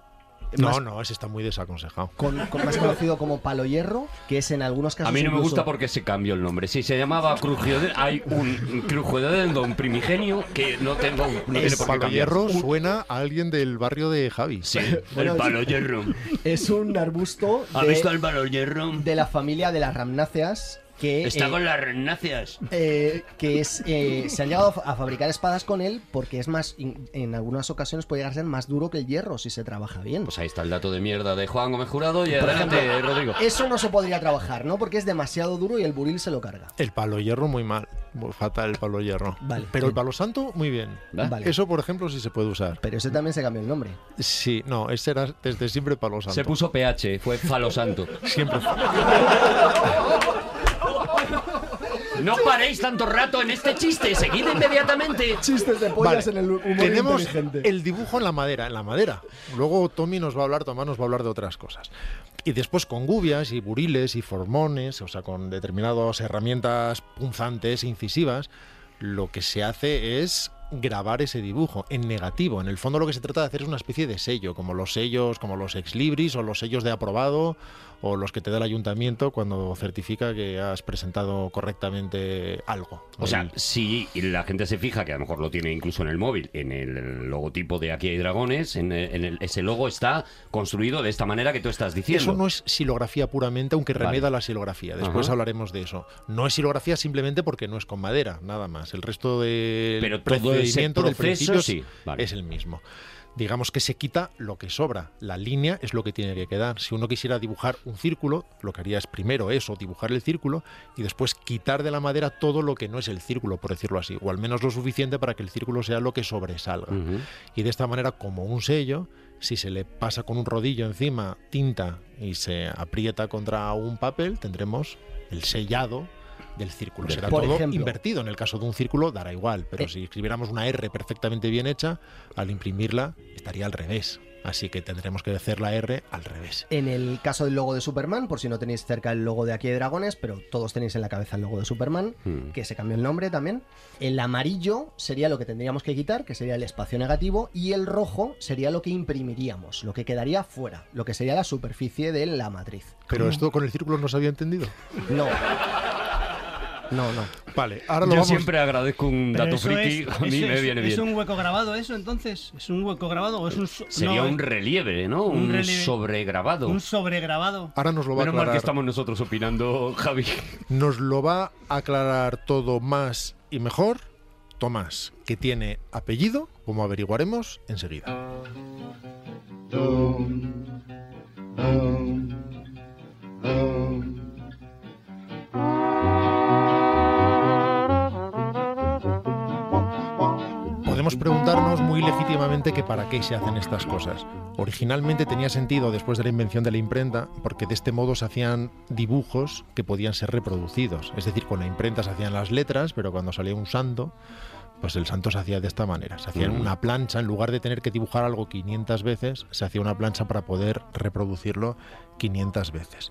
No, más- no, ese está muy desaconsejado. con- con- más conocido como palo hierro, que es en algunos casos. A mí no me incluso- gusta porque se cambió el nombre. Si se llamaba Crujiodendron, hay un Crujiodendron primigenio que no tengo. No tiene el por qué palo cambiar. hierro suena a alguien del barrio de Javi. Sí, Bueno, el palo hierro. Es un arbusto. ¿Ha de- visto el palo hierro? de la familia de las ramnáceas que, Está eh, con las renacias. eh, que es, eh, se han llegado a fa- a fabricar espadas con él porque es más, in- en algunas ocasiones puede llegar a ser más duro que el hierro si se trabaja bien. Pues ahí está el dato de mierda de Juan Gómez Jurado y Por adelante, ejemplo, Rodrigo. Eso no se podría trabajar, ¿no? Porque es demasiado duro y el buril se lo carga. El palo hierro muy mal, muy fatal el palo hierro. Vale. Pero el palo santo muy bien. ¿Va? Vale. Eso por ejemplo sí se puede usar. Pero ese también se cambió el nombre. Sí, no, ese era desde siempre palo santo. Se puso PH, fue falosanto. Siempre. No paréis tanto rato en este chiste, seguid inmediatamente. Chistes de Vale, Tenemos el dibujo en la madera, en la madera. Luego Tommy nos va a hablar, Tomás nos va a hablar de otras cosas. Y después con gubias y buriles y formones, o sea, con determinadas herramientas punzantes, e incisivas, lo que se hace es grabar ese dibujo en negativo. En el fondo lo que se trata de hacer es una especie de sello, como los sellos, como los ex libris o los sellos de aprobado o los que te da el ayuntamiento cuando certifica que has presentado correctamente algo. O sea, si la gente se fija, que a lo mejor lo tiene incluso en el móvil, en el logotipo de Aquí hay dragones, en el- en el- ese logo está construido de esta manera que tú estás diciendo. Eso no es silografía puramente, aunque Vale. remeda a la silografía. Después Ajá. hablaremos de eso. No es silografía simplemente porque no es con madera, nada más. El resto del Pero todo ese procedimiento, del proceso, principio sí. Vale. es el mismo. Digamos que se quita lo que sobra. La línea es lo que tiene que quedar. Si uno quisiera dibujar un círculo, lo que haría es primero eso, dibujar el círculo, y después quitar de la madera todo lo que no es el círculo, por decirlo así, o al menos lo suficiente para que el círculo sea lo que sobresalga. Y de esta manera, como un sello, si se le pasa con un rodillo encima tinta y se aprieta contra un papel, tendremos el sellado del círculo. Del Será círculo. todo Por ejemplo. invertido. En el caso de un círculo dará igual, Eh. pero si escribiéramos una R perfectamente bien hecha, al imprimirla estaría al revés. Así que tendremos que hacer la R al revés. En el caso del logo de Superman, por si no tenéis cerca el logo de aquí de Dragones, pero todos tenéis en la cabeza el logo de Superman, Hmm. que se cambió el nombre también. El amarillo sería lo que tendríamos que quitar, que sería el espacio negativo, y el rojo sería lo que imprimiríamos, lo que quedaría fuera, lo que sería la superficie de la matriz. Pero esto con el círculo no se había entendido. No. No, no. Vale, ahora lo Yo vamos- siempre agradezco un Pero dato eso friki, es- a mí Eso me es, viene ¿Es bien. un hueco grabado eso entonces? ¿Es un hueco grabado o es un. so- Sería no, un es relieve, ¿no? un Un, relieve. sobregrabado. un sobregrabado? Ah. Ahora nos lo va Menos a mal que aclarar. estamos nosotros opinando, Javi. Nos lo va a aclarar todo más y mejor Tomás, que tiene apellido, como averiguaremos enseguida. Podemos preguntarnos muy legítimamente que para qué se hacen estas cosas. Originalmente tenía sentido después de la invención de la imprenta, porque de este modo se hacían dibujos que podían ser reproducidos. Es decir, con la imprenta se hacían las letras, pero cuando salía un santo, pues el santo se hacía de esta manera. Se hacía Mm. una plancha, en lugar de tener que dibujar algo 500 veces, se hacía una plancha para poder reproducirlo 500 veces.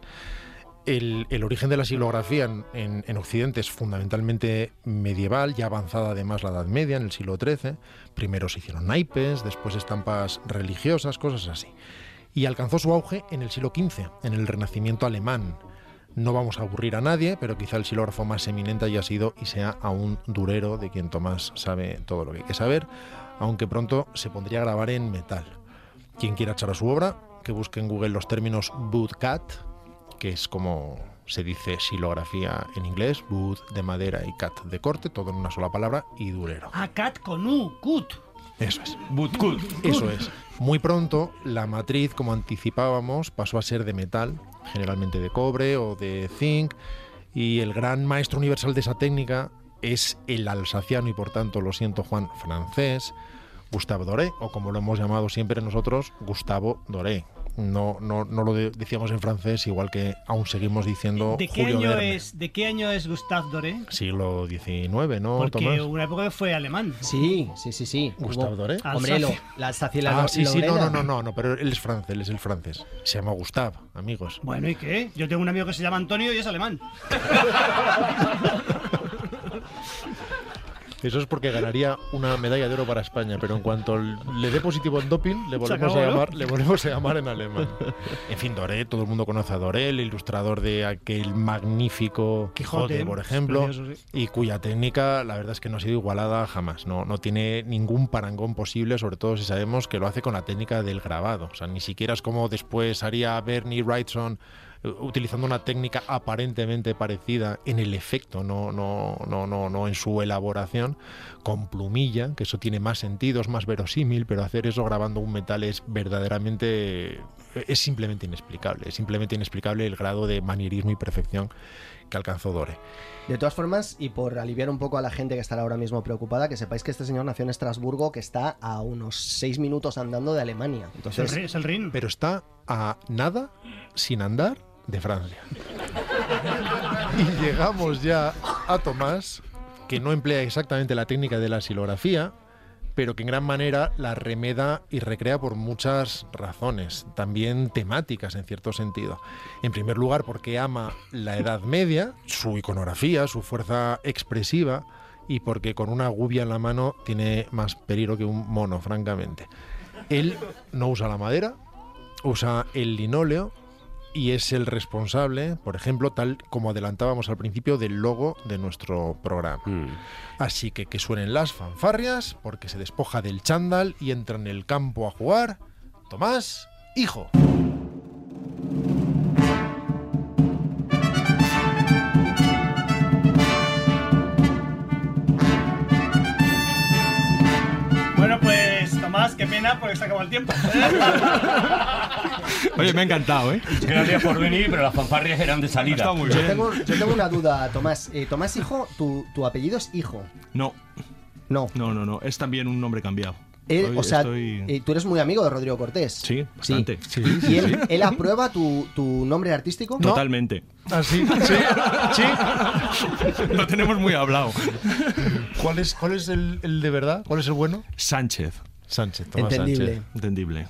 El, el origen de la silografía en, en- en Occidente es fundamentalmente medieval, ya avanzada además la Edad Media, en el siglo XIII. Primero se hicieron naipes, después estampas religiosas, cosas así. Y alcanzó su auge en el siglo XV, en el Renacimiento alemán. No vamos a aburrir a nadie, pero quizá el silógrafo más eminente haya sido y sea aún Durero, de quien Tomás sabe todo lo que hay que saber, aunque pronto se pondría a grabar en metal. Quien quiera echar a su obra, que busque en Google los términos woodcut, que es como se dice silografía en inglés, wood de madera y cat de corte, todo en una sola palabra, y durero. A cat Ah, con U, cut. Eso es. Butkud. Eso es. Muy pronto, la matriz, como anticipábamos, pasó a ser de metal, generalmente de cobre o de zinc, y el gran maestro universal de esa técnica es el alsaciano y por tanto, lo siento Juan, francés, Gustave Doré, o como lo hemos llamado siempre nosotros, Gustavo Doré. No, no, no lo de- decíamos en francés, igual que aún seguimos diciendo Oh, ¿De qué, Julio año Verne. es, ¿De qué año es Gustave Doré? Siglo XIX, Oh, ¿no, Porque Tomás? una época que fue alemán. Sí, sí, sí, sí. Gustavo Doré. Hombre, lo- la Alsacia y la Ah, Lo- sí, sí, no, Lorena. no, no, no, no, pero él es francés, él es el francés. Se llama Gustave, amigos. Bueno, ¿y qué? Yo tengo un amigo que se llama Antonio y es alemán. Eso es porque ganaría una medalla de oro para España, pero en cuanto le dé positivo en doping, le Se volvemos, acabó, a, ¿no? llamar, le volvemos a llamar en alemán. En fin, Doré, todo el mundo conoce a Doré, el ilustrador de aquel magnífico Quijote, Quijote, por ejemplo, precioso, sí. y cuya técnica, la verdad es que no ha sido igualada jamás. No, no tiene ningún parangón posible, sobre todo si sabemos que lo hace con la técnica del grabado. O sea, ni siquiera es como después haría Bernie Wrightson eh, utilizando una técnica aparentemente parecida en el efecto, no, no, no, no, no en su elaboración, con plumilla, que eso tiene más sentido, es más verosímil, pero hacer eso grabando un metal es verdaderamente, eh, es simplemente inexplicable, es simplemente inexplicable el grado de manierismo y perfección que alcanzó Dore. De todas formas, y por aliviar un poco a la gente que estará ahora mismo preocupada, que sepáis que este señor nació en Estrasburgo, que está a unos 6 minutos andando de Alemania. Entonces, Es el Rin, es el Rin. Pero está a nada sin andar de Francia. Y llegamos ya a Tomás, que no emplea exactamente la técnica de la silografía, pero que en gran manera la remeda y recrea por muchas razones, también temáticas en cierto sentido. En primer lugar, porque ama la Edad Media, su iconografía, su fuerza expresiva, y porque con una gubia en la mano tiene más peligro que un mono, francamente. Él no usa la madera, usa el linóleo y es el responsable, por ejemplo, tal como adelantábamos al principio, del logo de nuestro programa. Así que que suenen las fanfarrias, porque se despoja del chándal y entra en el campo a jugar. Tomás, hijo. Bueno, pues Tomás, qué pena porque se acabó el tiempo. Oye, me ha encantado, ¿eh? Gracias por venir, pero las fanfarrias eran de salida. Está muy yo bien. tengo, yo tengo una duda, Tomás. Eh, Tomás Hijo, tu, tu apellido es Hijo. No. No. No, no, no. Es también un nombre cambiado. Él- Hoy o sea, estoy- eh, tú eres muy amigo de Rodrigo Cortés. Sí, bastante. Sí, ¿Y sí, él, sí. él aprueba tu, tu nombre artístico? Totalmente. Así, sí, sí. Lo tenemos muy hablado. ¿Cuál es, cuál es el, el de verdad? ¿Cuál es el bueno? Sánchez. Sánchez, Tomás Entendible. Sánchez. Entendible.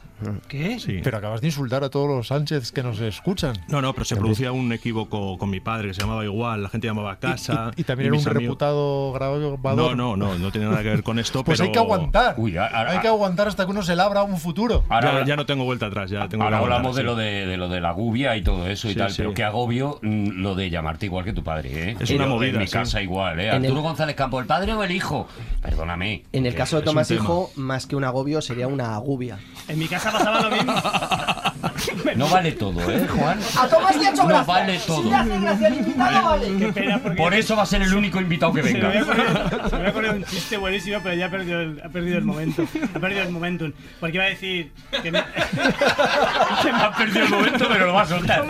¿Qué? Sí. Pero acabas de insultar a todos los Sánchez que nos escuchan. No, no, pero se producía un equívoco con mi padre, que se llamaba igual, la gente llamaba casa. Y, y también era mis un amigos- reputado grabador. No, no, no, no tiene nada que ver con esto, Pues pero... hay que aguantar. Uy, a- a- Hay que aguantar hasta que uno se labra un futuro. Ya, Ahora- ya no tengo vuelta atrás, ya tengo Ahora que aguantar, hablamos de sí. lo de, de lo de la gubia y todo eso y Sí, tal, sí. pero qué agobio mm, lo de llamarte igual que tu padre, ¿eh? Es Pero una movida, En mi sí. casa igual, ¿eh? En el- Arturo González Campo, ¿el padre o el hijo? Perdóname. En el que caso es de un Tomás tema. Hijo, más que un agobio, sería una agubia. En mi casa pasaba lo mismo. No vale todo, ¿eh, Juan? A Tomás le ha hecho No gracia. vale todo. Si le hace gracia al invitado, vale. Qué pena porque Por eso va a ser el único invitado que se me, había venga. ocurrido- se me había ocurrido un chiste buenísimo, pero ya ha perdido el, ha perdido el momento. Ha perdido el momentum. Porque iba a decir que me- Ha perdido el momento, pero lo va a soltar.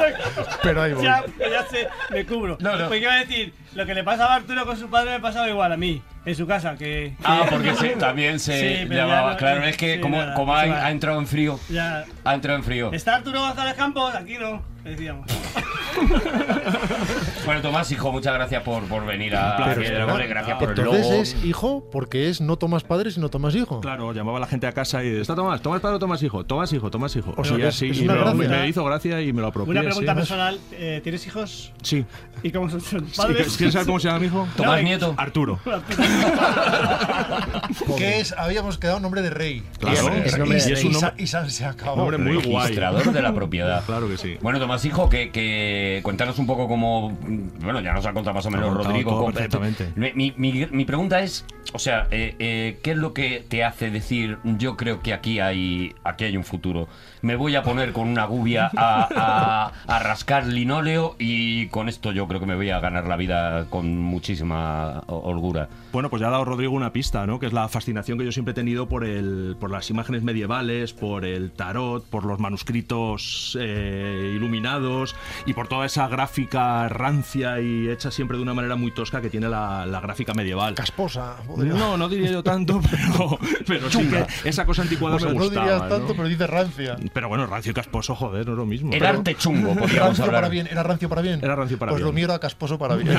Pero ahí voy. Ya, ya sé, me cubro. No, no. Porque iba a decir, lo que le pasaba a Arturo con su padre me pasaba igual a mí, en su casa, que... Ah, que- porque se- también se Sí, pero llamaba. ya no- claro, es que sí, como, nada, como ha, se va. ha entrado en frío. Ya. Ha entrado en frío. ¿Está Arturo González Campos? Aquí no, decíamos. Bueno, Tomás, hijo, muchas gracias por, por venir a Pero Piedra espera, Ah, Mole, Gracias por el Entonces logo. es hijo porque es no Tomás padre, sino Tomás hijo. Claro, llamaba a la gente a casa y está Tomás, Tomás padre o Tomás hijo, Tomás hijo, Tomás hijo. O sea, y que así es y una me lo- gracia. me hizo gracia y me lo apropié. Una pregunta sí. personal, eh, ¿tienes hijos? Sí. ¿Y cómo son sus Sí, padres? ¿Quieres saber cómo se llama mi hijo? Tomás No, Nieto. Arturo. Que es, habíamos quedado nombre de rey. Claro, Y hombre, es- es y- nombre de y- rey. y- y- y- se acabó. Hombre, muy guay. Registrador de la propiedad. Claro que sí. Bueno, Tomás Hijo, que, que eh, cuéntanos un poco cómo. Bueno, ya nos ha contado más o Lo ha menos contado Rodrigo. todo cómo- perfectamente. Mi, mi- mi- mi pregunta es: o sea, eh, eh, ¿qué es lo que te hace decir yo creo que aquí hay, aquí hay un futuro? Me voy a poner con una gubia a, a- a rascar linóleo y con esto yo creo que me voy a ganar la vida con muchísima o- holgura. Bueno, pues ya ha dado Rodrigo una pista, ¿no? Que es la fascinación que yo siempre he tenido por, el, por las imágenes medievales, por el tarot, por los manuscritos eh, iluminados y por toda esa gráfica rancia y hecha siempre de una manera muy tosca que tiene la, la gráfica medieval. Casposa. joder. No, no diría yo tanto, pero, pero sí que Chunga. esa cosa anticuada Hombre, me Pues no gustaba. dirías ¿no? tanto, pero dices rancia. Pues Pero bueno, rancio y casposo, joder, no es lo mismo. El Pero- arte chungo, podríamos Rancio hablar. para bien, era rancio para bien. Era rancio para pues bien. lo mío era casposo para bien.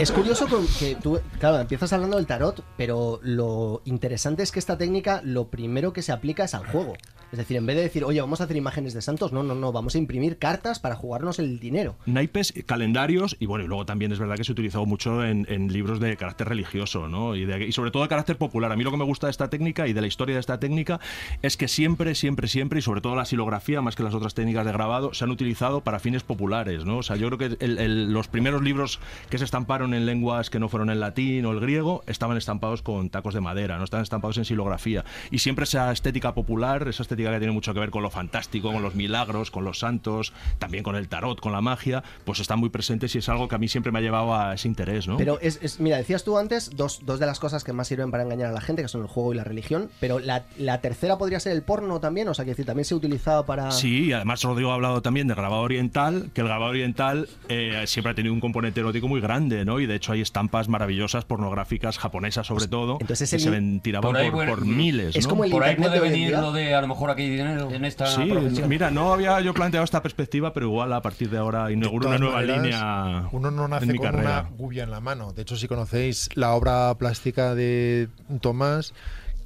Es curioso con- que tú, claro, empiezas hablando del tarot, pero lo interesante es que esta técnica lo primero que se aplica es al juego. Es decir, en vez de decir, oye, vamos a hacer imágenes de santos, no, no, no, vamos a imprimir cartas para jugarnos el dinero. naipes, calendarios y bueno, y luego también es verdad que se utilizó mucho en, en libros de carácter religioso, ¿no? Y, de- y sobre todo de carácter popular. A mí lo que me gusta de esta técnica y de la historia de esta técnica es que siempre, siempre, siempre, y sobre todo la silografía, más que las otras técnicas de grabado, se han utilizado para fines populares, ¿no? O sea, yo creo que el- el- los primeros libros que se estamparon en lenguas que no fueron el latín o el griego estaban estampados con tacos de madera, no estaban estampados en silografía. Y siempre esa estética popular, esa estética que tiene mucho que ver con lo fantástico, con los milagros, con los santos, también con el tarot, con la magia, pues están muy presentes y es algo que a mí siempre me ha llevado a ese interés, ¿no? Pero es, es- mira, decías tú antes dos, dos de las cosas que más sirven para engañar a la gente, que son el juego y la religión, pero la, la tercera podría ser el porno también, o sea, que decir, también se utilizaba para... Sí, y además Rodrigo ha hablado también de grabado oriental, que el grabado oriental eh, siempre ha tenido un componente erótico muy grande, ¿no? Y de hecho hay estampas maravillosas, pornográficas, japonesas sobre todo, Pues, entonces que el- se ven- tiraban Por por, ahí, bueno, por miles. es ¿no? como el Por ahí Internet puede de hoy en venir día. lo de, a lo mejor aquí hay dinero en esta Sí, profesión. mira, no había yo planteado esta perspectiva, pero igual a partir de ahora inauguro una todas nueva maneras, línea Uno no en nace mi con carrera. una gubia en la mano. De hecho, si conocéis la obra plástica de Tomás,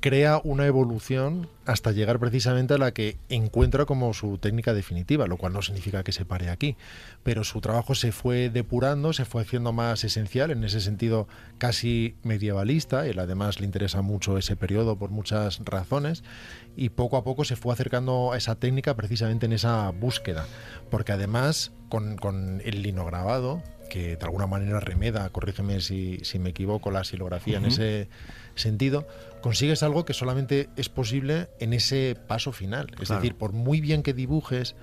crea una evolución hasta llegar precisamente a la que encuentra como su técnica definitiva, lo cual no significa que se pare aquí. Pero su trabajo se fue depurando, se fue haciendo más esencial, en ese sentido casi medievalista. Él además le interesa mucho ese periodo por muchas razones y poco a poco se fue acercando a esa técnica precisamente en esa búsqueda. Porque además, con, con el linograbado, que de alguna manera remeda, corrígeme si, si me equivoco, la silografía en Ujú. ese sentido, consigues algo que solamente es posible en ese paso final. Es Claro. decir, por muy bien que dibujes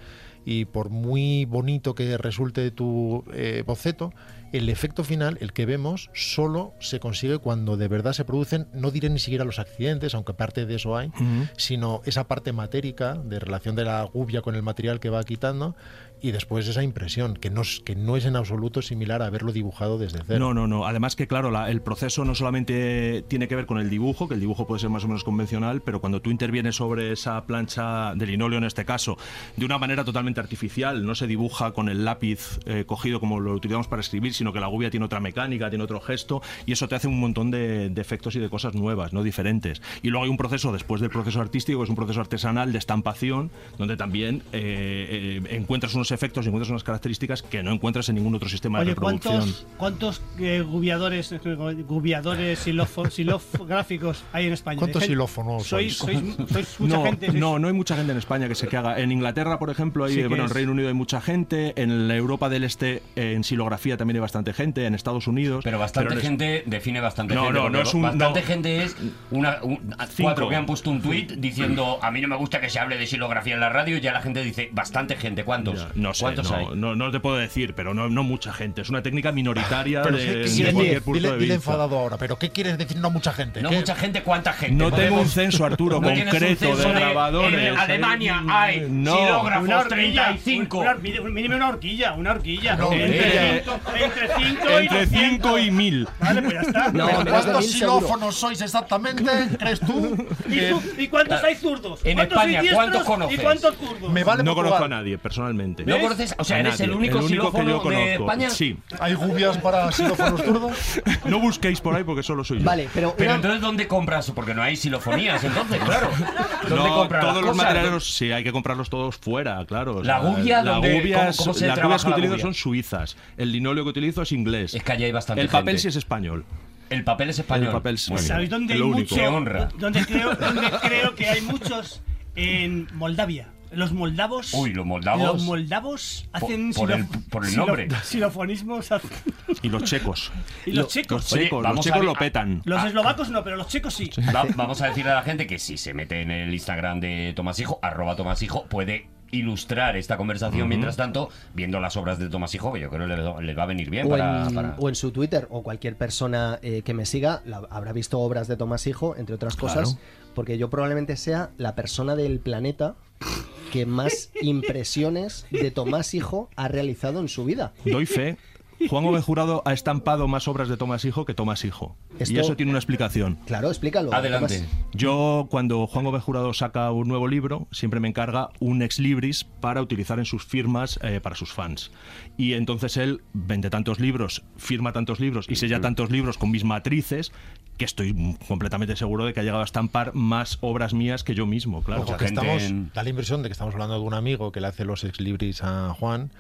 y por muy bonito que resulte tu eh, boceto, el efecto final, el que vemos, solo se consigue cuando de verdad se producen, no diré ni siquiera los accidentes, aunque parte de eso hay, Ujú. sino esa parte matérica de relación de la gubia con el material que va quitando y después esa impresión, que no, es- que no es en absoluto similar a haberlo dibujado desde cero. No, no, no. Además que, claro, la- el proceso no solamente tiene que ver con el dibujo, que el dibujo puede ser más o menos convencional, pero cuando tú intervienes sobre esa plancha de linóleo, en este caso, de una manera totalmente artificial, no se dibuja con el lápiz eh, cogido como lo utilizamos para escribir, sino que la gubia tiene otra mecánica, tiene otro gesto, y eso te hace un montón de, de efectos y de cosas nuevas, no diferentes. Y luego hay un proceso después del proceso artístico, que es un proceso artesanal de estampación, donde también eh, eh, encuentras unos efectos, y encuentras unas características que no encuentras en ningún otro sistema de Oye, reproducción. ¿cuántos, cuántos eh, gubiadores, gubiadores silofo- silofográficos hay en España? ¿Cuántos Hay gente- silófonos sois? sois? Sois, sois mucha no, gente. sois- No, no hay mucha gente en España que se que haga. En Inglaterra, por ejemplo, hay, Sí que bueno, en es. Reino Unido hay mucha gente, en la Europa del Este eh, en silografía también hay bastante gente, en Estados Unidos. Pero bastante en es- gente define bastante No, gente. no, porque no es un- Bastante no. gente es una, un- a- Cinco. cuatro que han puesto un tuit diciendo a mí no me gusta que se hable de silografía en la radio y ya la gente dice bastante gente. ¿Cuántos? Ya, no sé, ¿Cuántos no, hay? no, no te puedo decir, pero no, no mucha gente. Es una técnica minoritaria Pero de, ¿qué- qué de quieres cualquier decir? punto Dile- de dile vista. enfadado ahora, pero ¿qué quieres decir no mucha gente? No ¿Qué- mucha gente, ¿cuánta gente? No tengo un Podemos- censo, Arturo, No tienes un concreto censo de grabadores. En ¿eh? Alemania hay No. silógrafos Una horquilla, 35. una hor- mire- mínimo una horquilla, una horquilla. No, entre eh. 5 y Entre 5 y 1000. Vale, pues ya está. No, Pues ya más está. de ¿Cuántos mil seguro. xilófonos sois exactamente? ¿Crees tú? ¿Y, eh, Que- zu- y cuántos hay zurdos? En ¿Cuántos hay España, diestros ¿cuántos conoces? ¿Y cuántos zurdos? Me vale pues Portugal. no conozco a nadie, personalmente. ¿No conoces? O sea, A ¿eres el nadie. único que yo xilófono de conozco. España? Sí. ¿Hay gubias para xilófonos turdos? No busquéis por ahí porque solo soy yo. Vale, pero... Pero una- entonces, ¿dónde compras? Porque no hay silofonías, entonces, claro. ¿Dónde No, compras todos las los cosas? materiales sí, hay que comprarlos todos fuera, claro. o La sea, gubia, la ¿dónde- gubia cómo- es- cómo se las trabaja gubias que la utilizo gubia? son suizas. El linóleo que utilizo es inglés. Es que allí hay bastante el papel gente. sí es español. El papel es español. El papel es Muy bien. español. ¿Sabéis dónde Es hay lo único. mucho? Qué honra. Donde creo, donde creo que hay muchos en Moldavia. Los moldavos. Uy, los moldavos. Los moldavos Por- hacen. por silo- el- por el silo- nombre. silofonismos hacen. Y los checos. Y los checos. Los checos, Oye, los vamos checos a- lo petan. Los Ah. eslovacos no, pero los checos sí. Va- vamos a decirle a la gente que si se mete en el Instagram de Tomasijo, arroba Tomasijo, puede ilustrar esta conversación Ujú. mientras tanto viendo las obras de Tomasijo, que yo creo que le, le va a venir bien o, ¿eh? para... en, para- o en su Twitter o cualquier persona eh, que me siga la- habrá visto obras de Tomás Hijo, entre otras cosas, porque yo probablemente sea la persona del planeta que más impresiones de Tomás Hijo ha realizado en su vida. Doy fe. Juan Ove Jurado ha estampado más obras de Tomás Hijo que Tomás Hijo. Y Esto- eso tiene una explicación. Claro, explícalo. Tomás. Yo, cuando Juan Gómez Jurado saca un nuevo libro, siempre me encarga un ex libris para utilizar en sus firmas eh, para sus fans. Y entonces él vende tantos libros, firma tantos libros y sella tantos libros con mis matrices que estoy mm, completamente seguro de que ha llegado a estampar más obras mías que yo mismo, claro. Ojo, que estamos, da la impresión de que estamos hablando de un amigo que le hace los exlibris a Juan.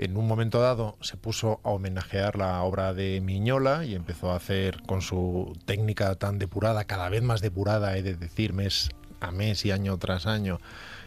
En un momento dado se puso a homenajear la obra de Miñola y empezó a hacer con su técnica tan depurada, cada vez más depurada, he de decir, mes a mes y año tras año,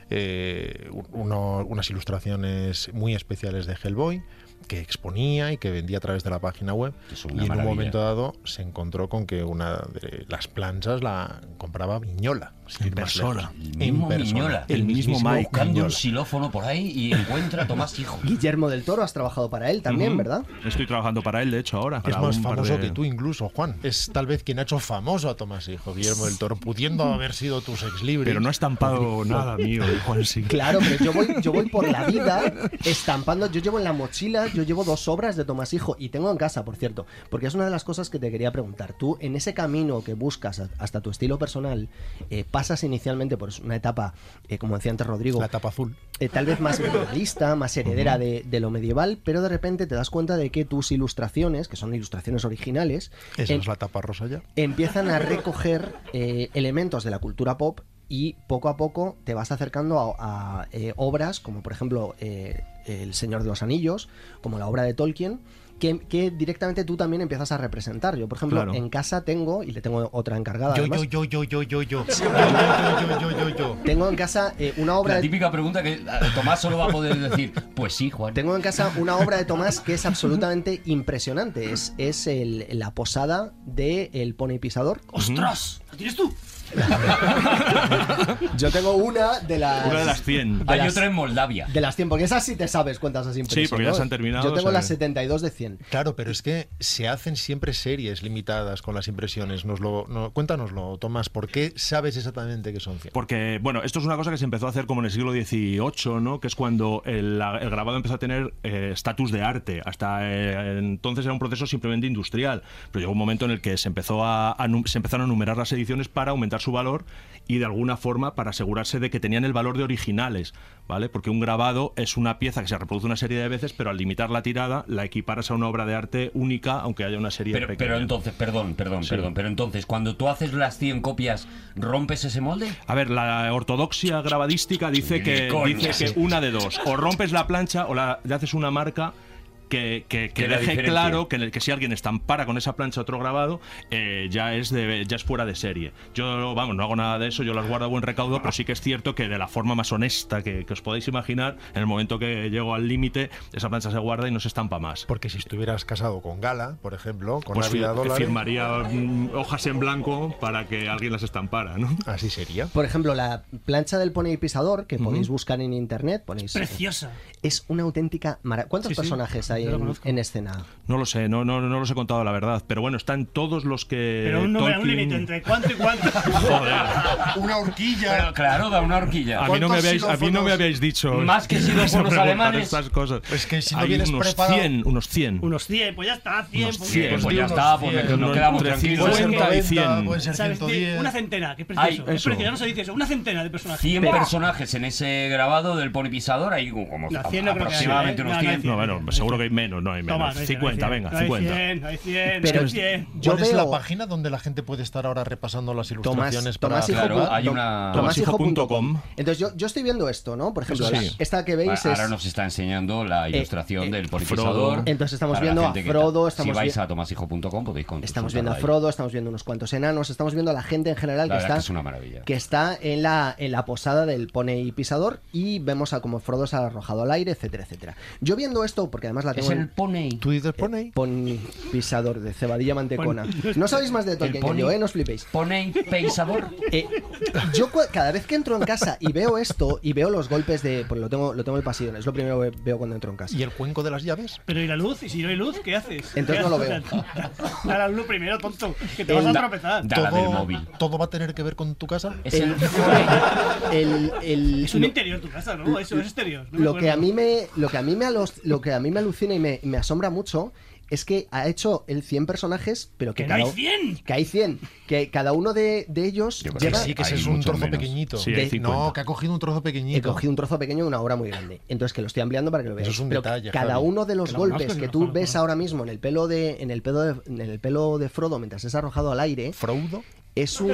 eh, un- uno- unas ilustraciones muy especiales de Hellboy que exponía y que vendía a través de la página web. y en una un maravilla. momento dado se encontró con que una de las planchas la compraba Miñola. sin ir más lejos. El mismo persona. Miñola. El mismo Mike Buscando un Miñola. xilófono por ahí y encuentra a Tomás Hijo. Guillermo del Toro, has trabajado para él también, Ujú. ¿verdad? Estoy trabajando para él, de hecho, ahora. Es para más un par famoso de- que tú incluso, Juan. Es tal vez quien ha hecho famoso a Tomás Hijo, Guillermo del Toro, pudiendo haber sido tus ex libres. Pero no ha estampado nada mío, Juan sí. Claro, pero yo voy, yo voy por la vida estampando. Yo llevo en la mochila, yo llevo dos obras de Tomás Hijo y tengo en casa, por cierto, porque es una de las cosas que te quería preguntar. Tú, en ese camino que buscas a- hasta tu estilo personal, eh, pasas inicialmente por una etapa, eh, como decía antes Rodrigo, la etapa azul, tal vez más realista, más heredera de, de lo medieval, pero de repente te das cuenta de que tus ilustraciones, que son ilustraciones originales, Esa en- es la tapa rosa ya. empiezan a recoger eh, elementos de la cultura pop y poco a poco te vas acercando a, a, eh, obras como por ejemplo eh, El Señor de los Anillos, como la obra de Tolkien. Que, que directamente tú también empiezas a representar. Yo, por ejemplo, Claro. en casa tengo, y le tengo otra encargada. Yo, además, yo, yo, yo, yo, yo, yo. Yo, yo, yo, yo, yo, yo. Tengo en casa eh, una La obra de típica pregunta que a Tomás solo va a poder decir, pues sí, Juan. Tengo en casa una obra de Tomás que es absolutamente impresionante. Es, es el- la posada de El Pony Pisador. ¡Ostras! ¿La tienes tú? Yo tengo una de las. Una de las 100. de Hay las- otra en Moldavia. De las 100, porque esas sí te sabes cuántas has impreso. Sí, porque ya ¿no? se han terminado, Yo tengo o sea las que- 72 de 100. Claro, pero es que se hacen siempre series limitadas con las impresiones. Nos lo, no- cuéntanoslo, Tomás, ¿por qué sabes exactamente que son 100? Porque, bueno, esto es una cosa que se empezó a hacer como en el siglo XVIII, ¿no? Que es cuando el, la- el grabado empezó a tener eh, estatus de arte. Hasta eh, entonces era un proceso simplemente industrial. Pero llegó un momento en el que se, empezó a, a nu- se empezaron a numerar las ediciones para aumentar su valor y de alguna forma para asegurarse de que tenían el valor de originales, ¿vale? Porque un grabado es una pieza que se reproduce una serie de veces, pero al limitar la tirada la equiparas a una obra de arte única, aunque haya una serie Pero, pequeña. pero entonces, perdón, perdón, Sí. perdón. Pero entonces, cuando tú haces las 100 copias, ¿rompes ese molde? A ver, la ortodoxia grabadística dice Ni de que, coña, dice sí. que una de dos. O rompes la plancha o la- le haces una marca que, que- que Que la deje diferencia. claro que, en el que si alguien estampara con esa plancha otro grabado, eh, ya, es de, ya es fuera de serie. Yo, vamos, no hago nada de eso, yo las guardo a buen recaudo, pero sí que es cierto que de la forma más honesta que, que os podáis imaginar, en el momento que llego al límite, esa plancha se guarda y no se estampa más. Porque si estuvieras casado con Gala, por ejemplo, con Pues Ávila fir- Dólares, firmaría mm, hojas en blanco para que alguien las estampara, ¿no? Así sería. Por ejemplo, la plancha del Pony Pisador, que podéis buscar en internet, ponéis. Preciosa. Eh, Es una auténtica maravilla. ¿Cuántos Sí, sí, personajes hay yo la en, conozco. en escena? No lo sé, no, no, no los he contado la verdad, pero bueno, están todos los que. Pero un número, un Tolkien- límite entre cuánto y cuánto. Una horquilla. Pero, claro, da una horquilla. A mí, no me habéis, a mí Ah, no habéis me habéis dicho. Más que sobre xilófonos preguntar alemanes. Pues Estas cosas. Es que si no Hay vienes unos preparado- 100, unos 100. Unos 100, pues ya está, 100. Unos pues 100, bien. pues ya unos está, porque 100, nos quedamos entre tranquilos. pues. 50 y 190, 100. puede ser ¿Sabes? 110. Una centena, que es Ay, precioso. es eso. precioso, no se dice eso. Una centena de personajes. 100 ¡Buah! personajes en ese grabado del Pony Pisador, hay como No, 100 no creo que haya, aproximadamente ¿eh? unos No, no hay 100. No, bueno, seguro que hay menos, no hay menos. Toma, no hay 50, 100, venga, no hay 50. 100, no hay 100, Pero no hay es- 100. ¿Cuál Yo es veo- la página donde la gente puede estar ahora repasando las ilustraciones para Tomás Hijo grabar? pu- Tom- tomáshijo.com. Entonces yo, yo estoy viendo esto, ¿no? Por ejemplo, Eso la- sí. esta que veis Ahora es... nos está enseñando la Eh, ilustración eh, del Frodo. politizador. Entonces estamos para la viendo a gente que- Frodo, Si estamos vais vi- a tomashijo.com podéis consultar. Estamos viendo a Frodo, estamos viendo unos cuantos enanos, estamos viendo a la gente en general La que verdad está, que es una maravilla. que está en, la, en la posada del Pony Pisador y vemos a cómo Frodo se ha arrojado al aire, etcétera, etcétera. Yo viendo esto, porque además la Es tengo... el Pony. ¿Tú dices Pony? Pony Pisador de Cebadilla Mantecona. Pon- No sabéis más de Tolkien que pony- yo, ¿eh? No os flipéis. Eh, Pony Pisador. yo cua- cada vez que entro en casa y veo esto y veo los golpes de... Porque lo tengo, lo tengo en el pasillo, es lo primero que veo cuando entro en casa. ¿Y el cuenco de las llaves? Pero ¿y la luz? ¿Y si no hay luz, qué haces? Entonces ¿Qué no lo haces? Da la luz primero, tonto, que te El- vas a da- tropezar. da la del móvil. ¿Todo va a tener que ver con tu casa? El- el- el- Es un lo- interior tu casa, ¿no? Eso es exterior. no me lo que acuerdo. a mí me lo que a mí me alos- lo que a mí me alucina y me, me asombra mucho es que ha hecho el 100 personajes pero que, ¡Que no cada, hay 100! que hay 100 que cada uno de, de ellos Que lleva sí, que ese es un trozo pequeñito. De- no, que ha cogido un trozo he pequeñito. cogido un trozo pequeño de una obra muy grande entonces que lo estoy ampliando para que lo veas Eso es un Pero detalle, cada Javi. uno de los Que lo golpes conozco, que que lo tú ves ahora mismo en el pelo de en el pelo de, en el pelo de Frodo mientras es arrojado al aire Frodo es un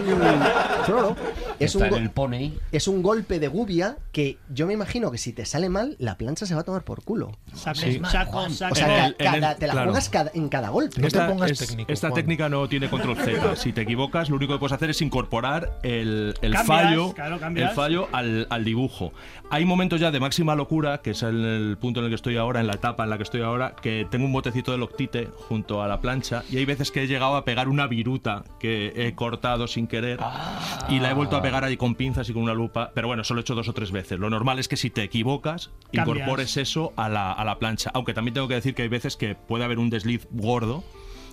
Frodo es Está un go- en el Pony. es un golpe de gubia que yo me imagino que si te sale mal, la plancha se va a tomar por culo. Saco, Sí. saco, saco. O sea, En ca- el- en el- cada- te la claro. juegas cada- en cada golpe. esta es- esta técnica no tiene control Z. Si te equivocas, lo único que puedes hacer es incorporar el, el Cambias, fallo, claro, cambias. el fallo al, al dibujo. Hay momentos ya de máxima locura, que es el, el punto en el que estoy ahora, en la etapa en la que estoy ahora, que tengo un botecito de loctite junto a la plancha y hay veces que he llegado a pegar una viruta que he cortado sin querer y la he vuelto a pegar ahí con pinzas y con una lupa. Pero bueno, solo he hecho dos o tres veces. Lo normal es que si te equivocas, Cambias. incorpores eso a la, a la plancha. Aunque también tengo que decir que hay veces que puede haber un desliz gordo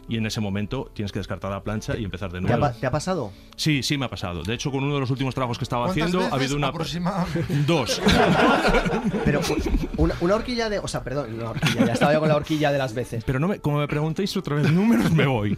y en ese momento tienes que descartar la plancha y empezar de ¿Te ha, nuevo. pa- te ha pasado? Sí, sí me ha pasado. De hecho, con uno de los últimos trabajos que estaba ¿Cuántas haciendo veces ha habido una aproximadamente? dos. Pero u- una, una horquilla de. O sea, perdón, una horquilla. Ya estaba yo con la horquilla de las veces. Eh, Pero no me, como me preguntéis otra vez números, me voy.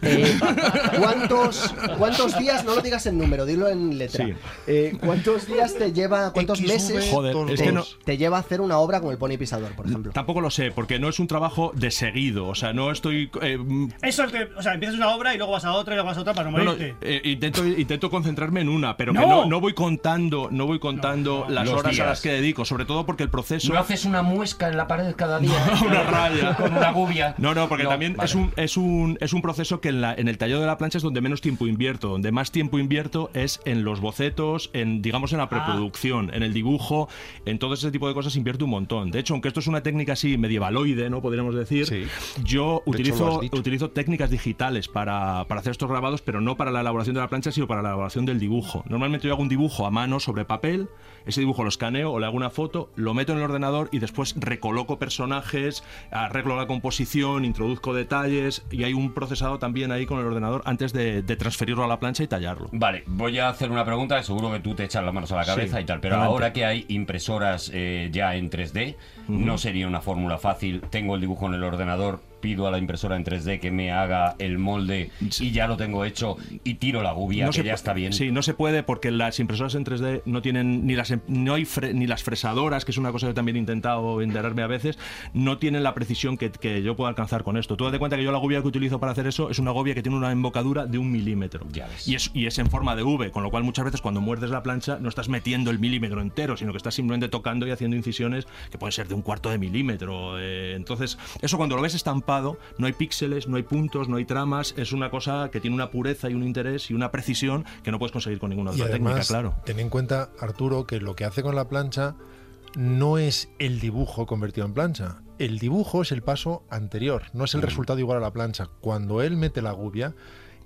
¿Cuántos, ¿Cuántos días? No lo digas en número, dilo en letra. Sí. Eh, ¿Cuántos días te lleva, cuántos XV, meses Joder, te, es que no- Mm, te lleva a hacer una obra con el pony pisador, por ejemplo? Tampoco lo sé, porque no es un trabajo de seguido. O sea, no estoy eh, Eso es que, o sea, empiezas una obra y luego vas a otra y luego vas a otra para no No, no, morirte. eh, intento, intento concentrarme en una, pero ¡No! que no, no voy contando, no voy contando las Los horas días. a las que dedico, sobre todo porque el proceso. No haces una muesca en la pared cada día. una raya. Con una gubia. No, no, porque No, también vale. es, un, es, un, es un proceso que en, la- en el tallado de la plancha es donde menos tiempo invierto. Donde más tiempo invierto es en los bocetos, en digamos Ah. en la preproducción, en el dibujo, en todo ese tipo de cosas invierto un montón. De hecho, aunque esto es una técnica así medievaloide, ¿no? Podríamos decir, yo De hecho, lo utilizo, has dicho. utilizo técnicas digitales para, para hacer estos grabados, pero no para la elaboración de la plancha, sino para la elaboración del dibujo. Normalmente yo hago un dibujo a mano sobre papel, ese dibujo lo escaneo o le hago una foto, lo meto en el ordenador y después recoloco personajes, arreglo la composición, introduzco detalles y hay un procesado también ahí con el ordenador antes de, de transferirlo a la plancha y tallarlo. Vale, voy a hacer una pregunta, seguro que tú te echas las manos a la Sí, cabeza y tal, pero adelante. ahora que hay impresoras eh, ya en 3D, no sería una fórmula fácil, tengo el dibujo en el ordenador, pido a la impresora en 3D que me haga el molde y ya lo tengo hecho y tiro la gubia, No que se ya pu- está bien. Sí, no se puede porque las impresoras en 3D no tienen ni las em- no hay fre- ni las fresadoras, que es una cosa que también he intentado enterarme a veces, no tienen la precisión que, que yo puedo alcanzar con esto. Tú date cuenta que yo la gobia que utilizo para hacer eso es una gobia que tiene una embocadura de un milímetro. Y es, y es en forma de V, con lo cual muchas veces cuando muerdes la plancha no estás metiendo el milímetro entero, sino que estás simplemente tocando y haciendo incisiones que pueden ser de un cuarto de milímetro. eh, entonces, eso cuando lo ves estampado, no hay píxeles, no hay puntos, no hay tramas, es una cosa que tiene una pureza y un interés y una precisión que no puedes conseguir con ninguna Y otra técnica, además, claro. ten en cuenta, Arturo, que lo que hace con la plancha no es el dibujo convertido en plancha. El dibujo es el paso anterior, no Mm. es el resultado igual a la plancha. Cuando él mete la gubia,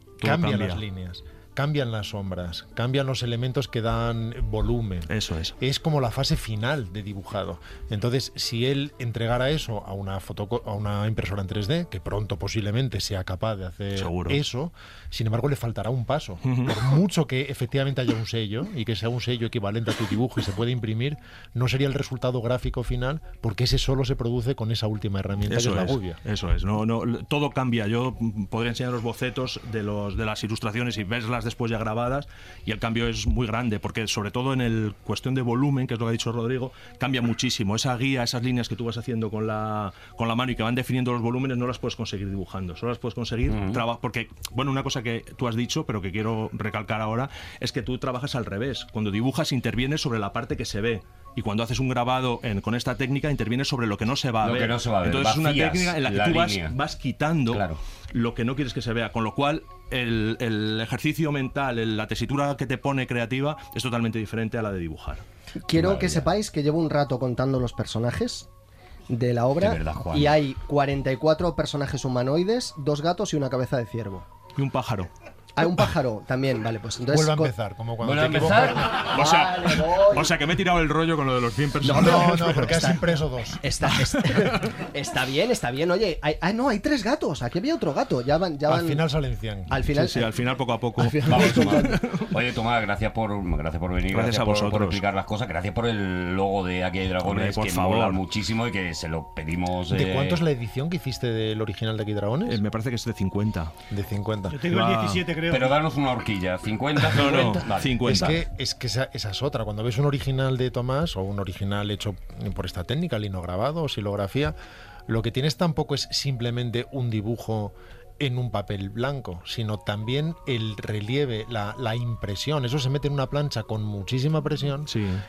Todo cambia, cambia. las líneas, cambian las sombras, cambian los elementos que dan volumen. Eso es. Es como la fase final de dibujado. Entonces, si él entregara eso a una, fotoco- a una impresora en 3D, que pronto posiblemente sea capaz de hacer Seguro. eso, sin embargo, le faltará un paso. Ujú. Por mucho que efectivamente haya un sello y que sea un sello equivalente a tu dibujo y se puede imprimir, no sería el resultado gráfico final, porque ese solo se produce con esa última herramienta que es la gubia. Eso es. No, no, l- todo cambia. Yo mm, podría enseñar los bocetos de, los, de las ilustraciones y ves las sacarlas después ya grabadas y el cambio es muy grande porque sobre todo en el cuestión de volumen, que es lo que ha dicho Rodrigo, cambia muchísimo. Esa guía, esas líneas que tú vas haciendo con la, con la mano y que van definiendo los volúmenes no las puedes conseguir dibujando, solo las puedes conseguir Ujú. traba- porque bueno, una cosa que tú has dicho pero que quiero recalcar ahora es que tú trabajas al revés. Cuando dibujas intervienes sobre la parte que se ve. Y cuando haces un grabado en- con esta técnica, intervienes sobre lo que no se va a Lo ver. que no se va a ver, Entonces es una vacías técnica en la que la tú vas, línea. vas quitando lo que no quieres que se vea. Con lo cual, el, el ejercicio mental, el- la tesitura que te pone creativa es totalmente diferente a la de dibujar. Quiero que sepáis que llevo un rato contando los personajes de la obra De verdad, Juan. y hay 44 personajes humanoides, dos gatos y una cabeza de ciervo. Y un pájaro. Hay un pájaro también, vale, pues entonces... Vuelve a co- empezar, como cuando ¿Vuelve te a empezar? equivocas. O sea- Vale, voy. O sea, que me he tirado el rollo con lo de los 100 personas. Está- impreso dos. Está, está- está bien, está bien. Oye, hay- ah, no, hay tres gatos. Aquí había otro gato. Ya van, ya van- salen 100. Al final- Sí, sí, al final poco a poco. Vamos, Tomás. Oye, Tomás, gracias por, gracias por venir, Gracias gracias, a por- por, vosotros. explicar las cosas, gracias por el logo de Aquí hay Hombre, Dragones, por que favor. mola muchísimo y que se lo pedimos... ¿De eh, cuánto es la edición que hiciste del original de Aquí Dragones? eh, me parece que es de 50. De 50. Ah. Pero danos una horquilla, 50, No, no, 50. Vale. Es que, es que esa, esa es otra. Cuando ves un original de Tomás o un original hecho por esta técnica, linograbado o silografía, lo que tienes tampoco es simplemente un dibujo en un papel blanco, sino también el relieve, la, la impresión. Eso se mete en una plancha con muchísima presión,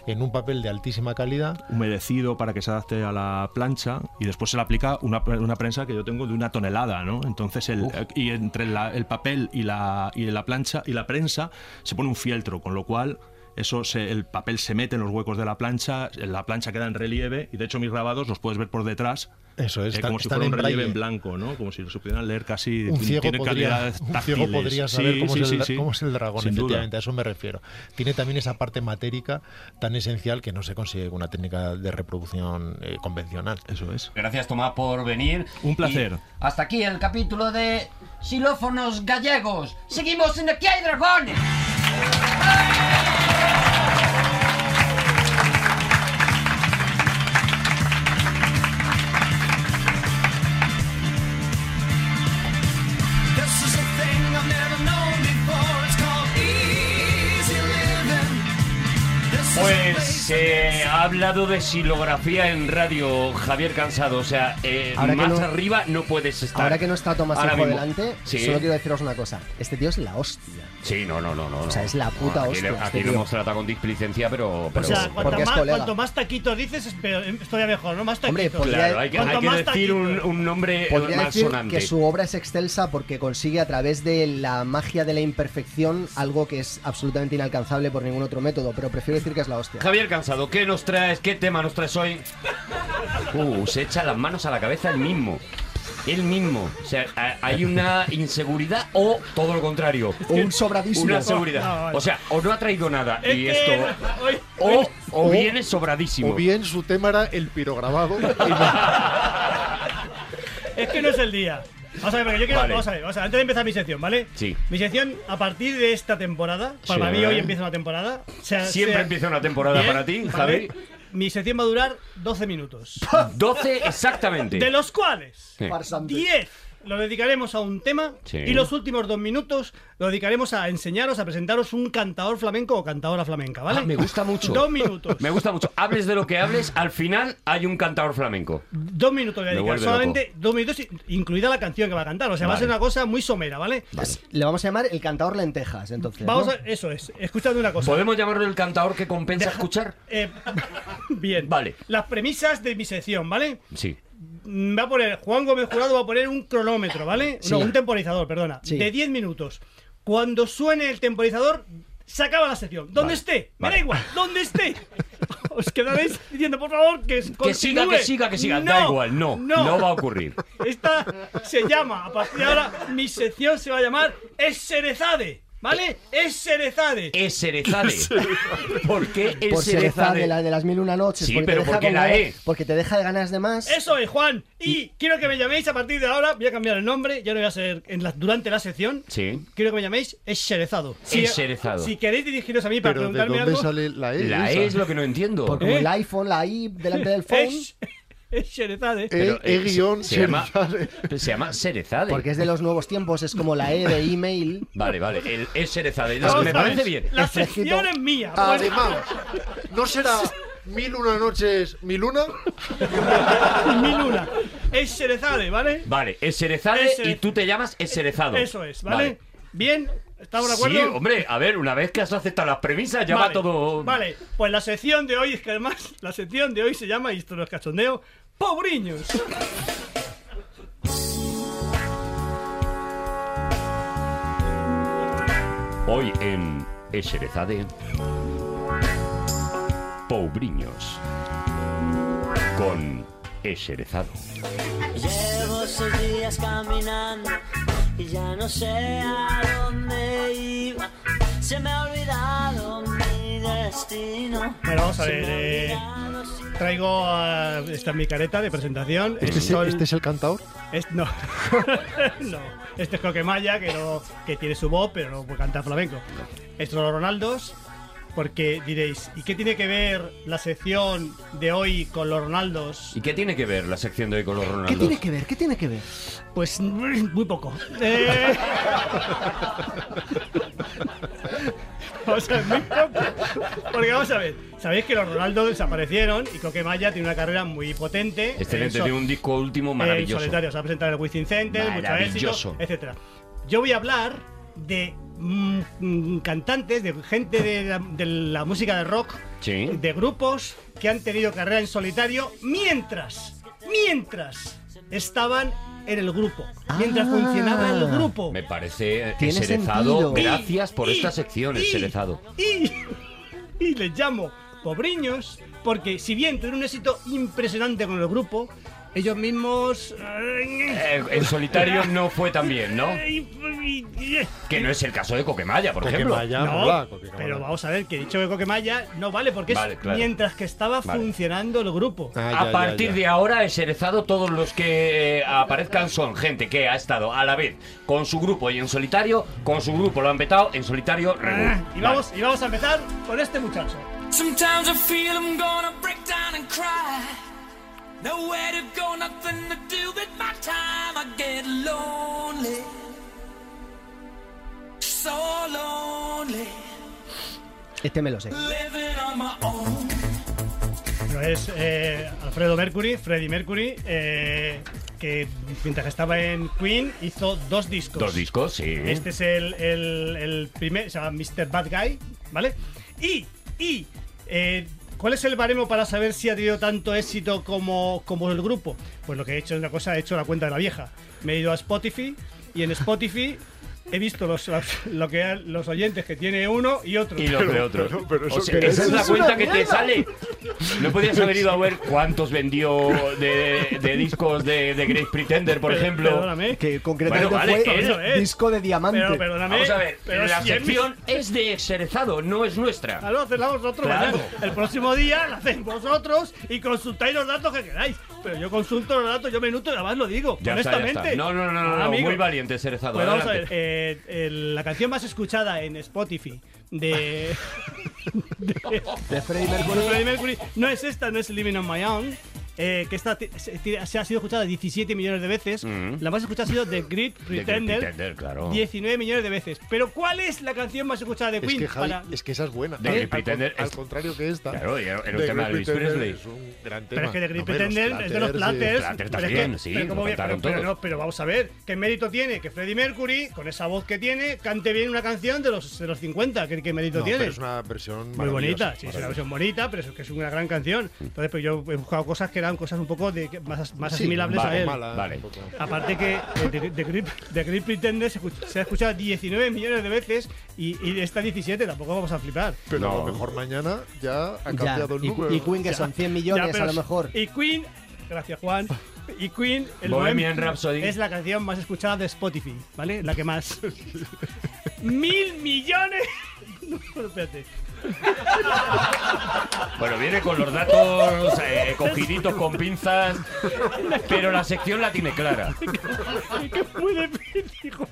en un papel de altísima calidad. humedecido para que se adapte a la plancha y después se le aplica una, pre- una prensa que yo tengo de una tonelada, ¿no? Entonces, el, y entre la- el papel y la, y la plancha y la prensa se pone un fieltro, con lo cual eso se- el papel se mete en los huecos de la plancha, la plancha queda en relieve y de hecho mis grabados los puedes ver por detrás. Eso es, eh, está- como si están fuera un en relieve braille. en blanco, ¿no? Como si lo supieran leer casi. un ciego, tiene podría, calidades un ciego táctiles. podría Sí, saber cómo, sí, es el, sí, sí. cómo es el dragón, Sin duda. efectivamente, a eso me refiero. Tiene también esa parte matérica tan esencial que no se consigue con una técnica de reproducción eh, convencional. Eso es. Gracias Tomás por venir. Un placer. Hasta aquí el capítulo de Xilófonos Gallegos. Seguimos en Aquí hay Dragones. This is a thing I've never known before. It's called easy living. This is a Pues place eh, se ha hablado de silografía en radio, Javier Cansado. O sea, eh, Ahora que más no- arriba no puedes estar. Ahora que no está Tomás Ahora Hijo mismo. delante, Sí. solo quiero deciros una cosa. Este tío es la hostia. Sí, no, no, no, no. O sea, es la puta aquí hostia, le- Aquí, este lo tío. hemos tratado con displicencia, pero... pero O sea, cuanto porque es más, colega. cuanto más taquito dices, es peor- es todavía mejor, ¿no? Más taquito. claro, hay que, hay que decir un, un nombre Podría más decir sonante. que su obra es excelsa porque consigue a través de la magia de la imperfección algo que es absolutamente inalcanzable por ningún otro método, pero prefiero decir que es la hostia. Javier Cansado, ¿qué nos traes? ¿Qué tema nos traes hoy? Uh, se echa las manos a la cabeza él mismo. Él mismo. O sea, ha- hay una inseguridad o todo lo contrario. O un sobradísimo. Una No, seguridad. vale. O sea, o no ha traído nada Es y que- esto. Oh. hoy- O, o viene sobradísimo. O bien su tema era el pirograbado. Es que no es el día. Vamos a ver, porque yo quiero. Vale. Vamos a ver, vamos a ver, antes de empezar mi sección, ¿vale? Sí. Mi sección, a partir de esta temporada, Sí. para mí hoy empieza una temporada. o sea, Siempre sea- empieza una temporada Bien, para ti, ¿vale? Javi. Mi sección va a durar 12 minutos. 12 exactamente. De los cuales Sí. 10 lo dedicaremos a un tema Sí. y los últimos dos minutos lo dedicaremos a enseñaros, a presentaros un cantador flamenco o cantadora flamenca, ¿vale? Ah, me gusta mucho. Dos minutos. Me gusta mucho. Hables de lo que hables, al final hay un cantador flamenco. Dos minutos voy Me a dedicar, vuelve solamente dos minutos, in- incluida la canción que va a cantar. O sea, va a Vale. ser una cosa muy somera, ¿vale? Le vamos a llamar el cantador lentejas, entonces. Vamos ¿no? a, eso es, escuchadme una cosa. ¿Podemos llamarlo el cantador que compensa escuchar? Eh, bien. Vale. Las premisas de mi sección, ¿vale? Sí. Mm, Va a poner, Juan Gómez Jurado va a poner un cronómetro, ¿vale? Sí. No, un temporizador, perdona. Sí. De 10 minutos. Cuando suene el temporizador, se acaba la sección. Vale, Donde esté, me vale. da igual, donde esté. Os quedaréis diciendo, por favor, que Que siga, que siga, que siga. da igual, no, no. va a ocurrir. Esta se llama, a partir de ahora, mi sección se va a llamar Es Serezade, ¿vale? Es Serezade. Es Serezade. ¿Por qué es Por cereza de, Serezade? la, de las mil y una noches. Sí, porque te pero deja ¿por qué con la ganas- E? Porque te deja de ganas de más. Eso es, Juan. Y quiero que me llaméis a partir de ahora. Voy a cambiar el nombre. Ya no voy a ser en la- durante la sección. Sí. Quiero que me llaméis Eserezado. Eserezado. Si queréis dirigiros a mí para preguntarme algo. La E es lo que no entiendo. Eh, Eh, Porque como el iPhone, la I delante del phone. Es, Es Sherezade. eh, se, llama, se llama Serezade. Porque es de los nuevos tiempos, es como la E de email. Vale, vale, el, es Serezade. Vamos me a ver, parece bien. la sección Yo eres mía. Ah, Además, ¿no será mil una noches mi luna? mi luna. Es Sherezade, ¿vale? Vale, es Serezade Es Sere- y tú te llamas es Serezado. Eso es, ¿vale? Bien, ¿estamos de Sí, acuerdo? hombre, a ver, una vez que has aceptado las premisas, ya va Vale, todo. Vale, pues la sección de hoy es que además la sección de hoy se llama Historias Cachondeo Pobriños. Hoy en Eserezade, Poubriños con Eserezado. Llevo seis días caminando y ya no sé a dónde iba. Se me ha olvidado mi destino. Bueno, vamos a ver. Se me ha eh, olvidado si- traigo a, esta es mi careta de presentación. ¿Este es, Son- el- este es el cantador? es- no. no. Este es Coquemaya, que, no- que tiene su voz, pero no puede cantar flamenco. Estos son los Ronaldos, porque diréis, ¿y qué tiene que ver la sección de hoy con los Ronaldos? ¿Y qué tiene que ver la sección de hoy con los Ronaldos? ¿Qué tiene que ver? ¿Qué tiene que ver? Pues muy poco. Eh, o sea, muy poco. Porque vamos a ver, sabéis que los Ronaldo desaparecieron y Coquemaya tiene una carrera muy potente. Excelente, Eh, tiene un disco último maravilloso. en solitario, se va a presentar en el Within Center, mucho Maravilloso. éxito, etcétera. Yo voy a hablar de mm, mm, cantantes, de gente de la, de la música de rock, Sí. de grupos que han tenido carrera en solitario mientras, mientras estaban en el grupo, mientras funcionaba el grupo. Ah. Me parece Tiene Eserezado. sentido. Gracias por Y- esta sección, y- Eserezado. Y, y les llamo pobriños porque si bien tuvieron un éxito impresionante con el grupo, ellos mismos... Eh, en solitario no fue tan bien, ¿no? Que Que no es el caso de Coquemaya, por ejemplo. no, pero vamos a ver que dicho de Coquemaya no vale porque Vale, es claro. mientras que estaba Vale. Ah. funcionando el grupo. a partir de ahora, Eserezado, todos los que eh, aparezcan son gente que ha estado a la vez con su grupo y en solitario, con su grupo lo han vetado, en solitario, regu. Ah, Y vamos, y vamos a empezar con este muchacho. Sometimes I feel I'm gonna break down and cry. Nowhere to go, nothing to do with my time. I get lonely. So lonely. Este me lo sé. Living on my own. Bueno, es eh, Alfredo Mercury, Freddie Mercury, eh, que mientras estaba en Queen hizo dos discos. Dos discos, sí. Este es el, el- el primer, se llama Mr. Bad Guy, ¿vale? Y, y, eh, ¿cuál es el baremo para saber si ha tenido tanto éxito como, como el grupo? Pues lo que he hecho es una cosa, he hecho la cuenta de la vieja. Me he ido a Spotify y en Spotify he visto los, los- lo que, los oyentes que tiene uno y otro. Y los de otros. eso o sea, qué esa es? es la Es una cuenta que te mierda. sale. No podías haber ido a ver cuántos vendió de, de discos de, de Grace Pretender, por ejemplo. Que concretamente Bueno, vale, fue eso es. disco de diamante. Pero perdóname. Vamos a ver, pero la si es mi- sección es de Exerezado, no es nuestra. Claro, hacedla vosotros. Claro. mañana. El próximo día la hacéis vosotros y consultáis los datos que queráis. Pero yo consulto los datos, yo me nutro y además lo digo. Ya está, ya honestamente. está. No, no, no, no, Ah, no, amigo. muy valiente Eserezado. Pues vamos a ver. eh, eh, la canción más escuchada en Spotify de. de, Freddie Mercury. Freddie Mercury. No es esta, no es Living on My Own. eh, que esta ti- se, ti- se ha sido escuchada 17 millones de veces. Mm. La más escuchada ha sido The Great Pretender. Pretender, claro. 19 millones de veces. Pero ¿cuál es la canción más escuchada de Es Queen? que, Javi, para- es que esa es buena. The Al- Great al, Pretender al es- contrario que esta. Claro, era- era un The tema de Great Elvis Pretender Presley. Es un gran tema. Pero es que The Great No, hombre, los Pretender es de los Platters, sí. Platters. pero es que- también, sí, pero, lo ¿cómo voy a- cantaron pero- pero todos. no, pero vamos a ver, ¿qué mérito tiene que Freddie Mercury, con esa voz que tiene, cante bien una canción de los, de los 50? ¿Qué, qué mérito No, tiene? pero es una versión Muy bonita, sí, es una maravillosa. versión bonita, pero es que es una gran canción. Entonces, pues yo he buscado cosas que eran cosas un poco de, que- más, más Sí, asimilables vale, a él. mala, Vale. un poco. Aparte que eh, The, The Grip, The Grip Pretender se, escucha- se ha escuchado 19 millones de veces y, y esta 17, tampoco vamos a flipar. Pero a No. lo mejor mañana ya ha Ya, cambiado el y- número. y Queen, que son 100 millones, pero a lo es- mejor. Y Queen, gracias Juan. Y Queen, Bohemian Bohem- Rhapsody. es la canción más escuchada de Spotify, ¿vale? La que más. ¡Mil millones! No, espérate. Bueno, viene con los datos eh, cogiditos con pinzas, pero la sección la tiene clara. ¿Qué puede pedir, hijo?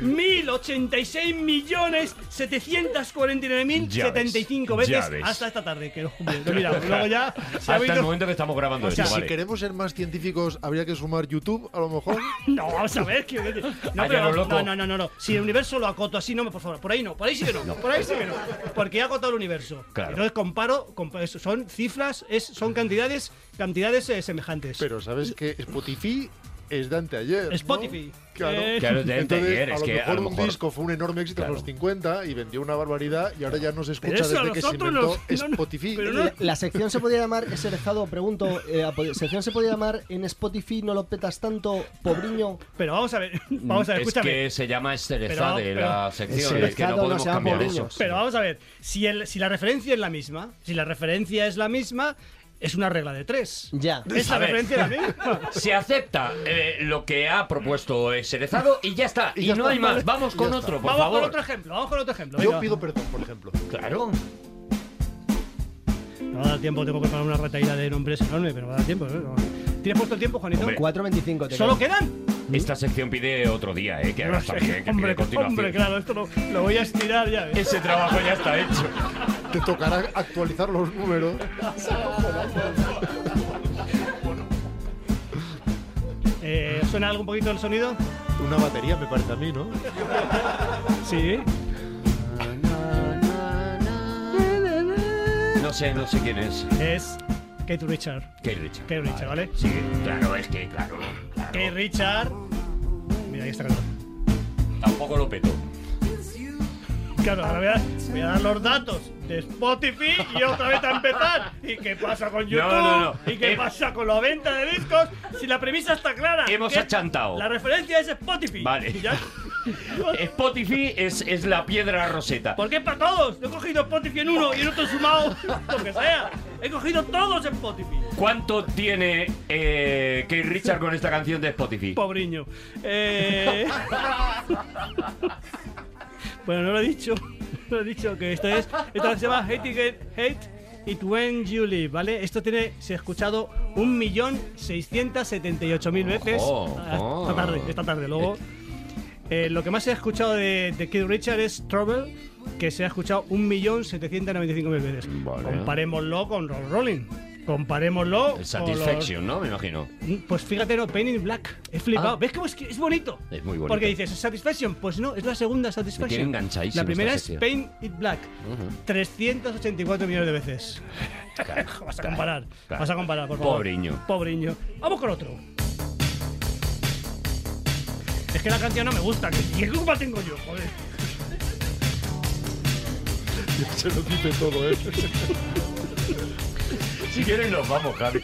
1086 millones 749 mil Ya ves, 75 ya veces ves. hasta esta tarde, que lo lo he mirado. Luego ya se ha Hasta el habido- momento que estamos grabando O sea, esto, si vale. queremos ser más científicos, habría que sumar YouTube, a lo mejor. no, vamos a ver. Que... No, Ay, pero ya lo vamos- loco. no, no, no, no, no. Si el universo lo acoto así, no, me- por favor. Por ahí no, por ahí sí que no. No. Por ahí sí que no. Porque he agotado el universo. Claro. Entonces comparo, compa- eso, son cifras, es, son cantidades, cantidades eh, semejantes. Pero sabes que Spotify es de anteayer. ¿no? Spotify. Claro. Eh. Claro, es de Entonces, anteayer, es a lo que mejor a lo un mejor- disco fue un enorme éxito Claro. en los 50 y vendió una barbaridad y ahora ya no se escucha Pero eso a desde que se nosotros inventó nos- no, no, Spotify. La, la sección se podía llamar, ese dejado, pregunto, eh, la po- sección se podía llamar en Spotify no lo petas tanto, pobriño. Pero vamos a ver, Mm, vamos a ver, es escúchame. que se llama Pero- Esterezade pero- la sección, es que no podemos cambiar eso. Pero vamos a ver, si, el, si la referencia es la misma, si la referencia es la misma, es una regla de tres. Ya. Es la A ver. referencia es la misma. Se acepta eh, lo que ha propuesto eh, Cerezado y ya está. Y, ya no está, hay vale. más. Vamos Ya con está. otro, por vamos favor. con otro ejemplo, vamos con otro ejemplo. Yo venga. pido perdón, por ejemplo. Claro. Mm. No va a dar tiempo, tengo que preparar una retaída de nombres enorme, pero va a dar tiempo. ¿eh? ¿Tienes puesto el tiempo, Juanito? Hombre. 4.25 ¿Solo quedan? Esta sección pide otro día, eh, que hagas también, que pide hombre, continuación. hombre, claro, esto lo, lo voy a estirar ya. ¿ves? Ese trabajo ya está hecho. Te tocará actualizar los números. Eh, ¿Suena algo un poquito el sonido? Una batería, me parece a mí, ¿no? Eh. Sí. No sé, no sé quién es. Es Kate Richard. Kate Richard. Kate Richard, ¿vale? Sí, claro, es que, claro. Kate Richard. Mira, ahí está canción. Tampoco lo peto. Claro, ahora voy a, voy a dar los datos de Spotify y otra vez a empezar. ¿Y qué pasa con YouTube? No, no, no. ¿Y qué Eh, pasa con la venta de discos? Si la premisa está clara. Hemos que achantado. La referencia es Spotify. Vale. Y ya. Spotify es, es la piedra roseta. Porque es para todos. Yo he cogido Spotify en uno y en otro he sumado lo que sea. He cogido todos Spotify. ¿Cuánto tiene eh, Keith Richard con esta canción de Spotify? Pobriño. Eh... bueno, no lo he dicho. No lo he dicho que esto es. Esto se llama Hate, It- Hate It When You Leave, ¿vale? Esto tiene, se ha escuchado 1.678.000 veces. Ojo, Ah, ojo. Esta tarde, esta tarde. Luego, eh, lo que más se ha escuchado de, de Kid Richard es Trouble, que se ha escuchado 1.795.000 veces. Comparémoslo con Rolling Rolling. Comparémoslo El con los- Satisfaction, ¿no? Me imagino. Mm, Pues fíjate, no, Pain in Black. He flipado. Ah. ¿Ves cómo es, que es bonito? Es muy bonito. Porque dices, ¿es Satisfaction? Pues no, es la segunda Me tiene Satisfaction. enganchadísimo La primera es esta Pain It Black. 384 millones de veces. Vas a comparar. claro. Vas a comparar, por favor. Pobriño. Pobriño. Vamos con otro. Es que la canción no me gusta. ¿Qué qué culpa tengo yo? Joder. Se lo dice todo, ¿eh? Si quieren nos vamos, Javi.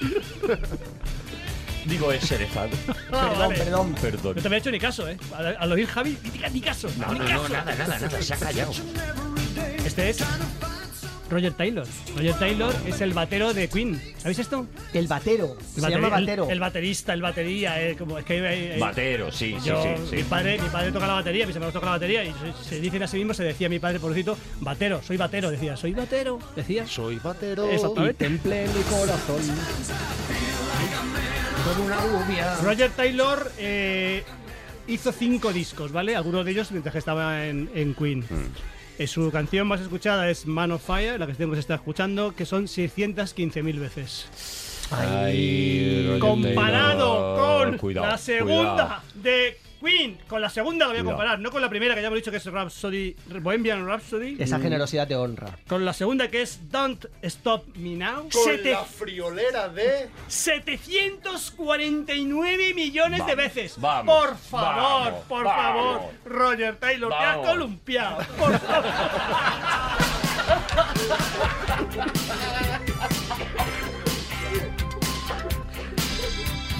Digo, es Cerezado. Ah, Perdón, vale. perdón. No te Perdón. había hecho ni caso, ¿eh? Al, al oír Javi, ni, ni caso. No, ni no, no, caso. nada, nada, nada. Se ha callado. Este es Roger Taylor. Roger Taylor es el batero de Queen. ¿Habéis esto? El batero. Se Bateri- llama el- batero. El, baterista, el batería. eh, como, es que, eh, eh, Batero, sí, sí, yo- sí. Mi sí. padre, mi padre toca la batería, mis hermanos tocan la batería y se, se dicen a sí mismos, se decía mi padre, pobrecito, batero, soy batero, decía, soy batero, decía. Soy batero. Y Exactamente. temple mi corazón. Ah. Roger Taylor eh, hizo cinco discos, ¿vale? Algunos de ellos mientras que estaba en, en Queen. Mm. Eh, su canción más escuchada es Man of Fire, la canción que se está escuchando, que son 615.000 veces. Ay, Roger comparado Taylor. con Cuidado, la segunda cuidado. de Queen. Con la segunda la voy a Cuidado. comparar, no con la primera que ya hemos dicho que es Rhapsody, Bohemian Rhapsody. Esa Mm. generosidad te honra. Con la segunda que es Don't Stop Me Now. Con Sete- la friolera de. 749 millones de Vamos, veces. vamos, por favor, vamos, por vamos. favor, Roger Taylor, te has Vamos. columpiado. Por favor.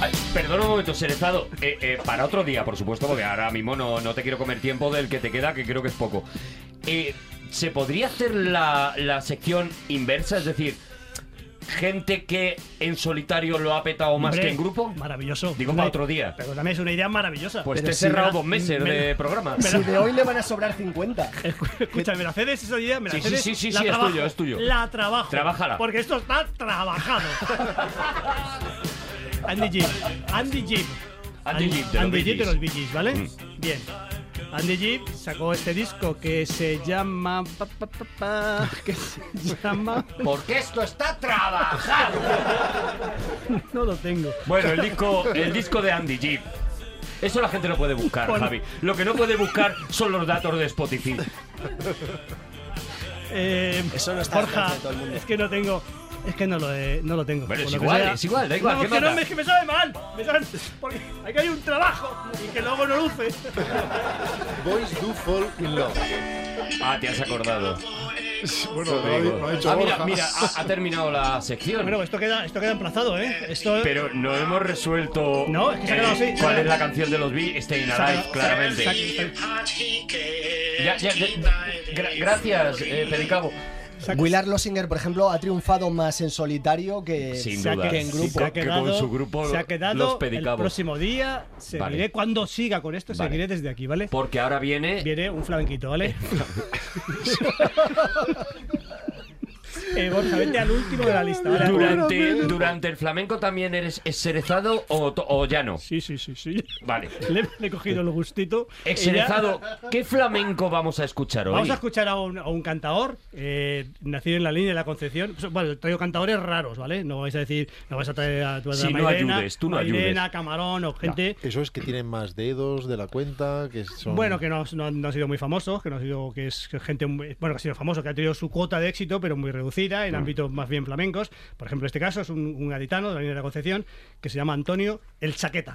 Ay, Perdona un momento, Cerezado. Eh, eh, para otro día, por supuesto, porque ahora mismo no, no te quiero comer tiempo del que te queda, que creo que es poco. Eh, ¿Se podría hacer la, la sección inversa? Es decir, gente que en solitario lo ha petado más Hombre, que en grupo. Maravilloso. Digo, Una- para otro día. Pero también es una idea maravillosa. Pues Pero te he si cerrado la- dos meses me- de programa. Si de hoy le van a sobrar 50. Escúchame, me la cedes esa idea, me la Sí, sí, cedes, sí, sí, la sí, es trabajo, tuyo, es tuyo. La trabajo. Trabájala. Porque esto está trabajado. Andy Jim. Andy Jim. Andy Gibb de los Andy Bee Mm. Gibb de Gees. los Bee Gees, ¿vale? Bien. Andy Gibb sacó este disco que se llama. pa, pa, pa, pa, que se llama. Porque esto está trabajado. No lo tengo. Bueno, el disco, el disco de Andy Jeep. Eso la gente no puede buscar, Pon- Javi. Lo que no puede buscar son los datos de Spotify. Eh, Eso no está al Borja, alcance de todo el mundo. es que no tengo. Es que no lo, he- no lo tengo. Bueno, es Por lo que igual, sea. es igual, da igual, No, ¿qué es que no manda? me- es que me sabe mal. Me sabe, porque aquí hay un trabajo y que luego no luce. Boys do fall in love. Ah, te has acordado. Bueno, Eso lo ha- te digo. lo ha hecho Ah, mira, Borja. mira, ha, ha terminado la sección. Bueno, esto queda, esto queda emplazado, ¿eh? Esto Pero no hemos resuelto No, es que se ha quedado así. cuál es la canción de los Bee, Staying Se ha Alive, quedado- claramente. se ha- se ha- Ya, ya, ya, gra- gracias, eh, Pericago. Willard Lossinger, por ejemplo, ha triunfado más en solitario que, Sin que duda. en grupo. Se ha quedado- Con su grupo, se ha quedado los el Pedicabos. próximo día. Seguiré Vale. cuando siga con esto, Vale. Pues- seguiré desde aquí, ¿vale? Porque ahora viene... Viene un flamenquito, ¿vale? eh, Borja, vete al último de la lista, ¿vale? Durante, durante el flamenco también eres cerezado o, to- o ya no. Sí, sí, sí, sí. Vale. Le, le he cogido el gustito. y ya- Exerezado, ¿qué flamenco vamos a escuchar hoy? Vamos a escuchar a un, a un cantador eh, nacido en la línea de la Concepción. So- Bueno, traigo cantadores raros, ¿vale? No vais a decir, no vais a traer a tu Sí, no ayudes, tú no ayudes. Camarón o gente. Eso es que tienen más dedos de la cuenta, que son... Bueno, que no, no han- no han sido muy famosos, que no ha sido que es que gente muy- bueno que ha sido famoso, que ha tenido su cuota de éxito, pero muy reducida en Mm. ámbitos más bien flamencos. Por ejemplo, este caso es un, un gaditano de la línea de la Concepción que se llama Antonio el Chaqueta.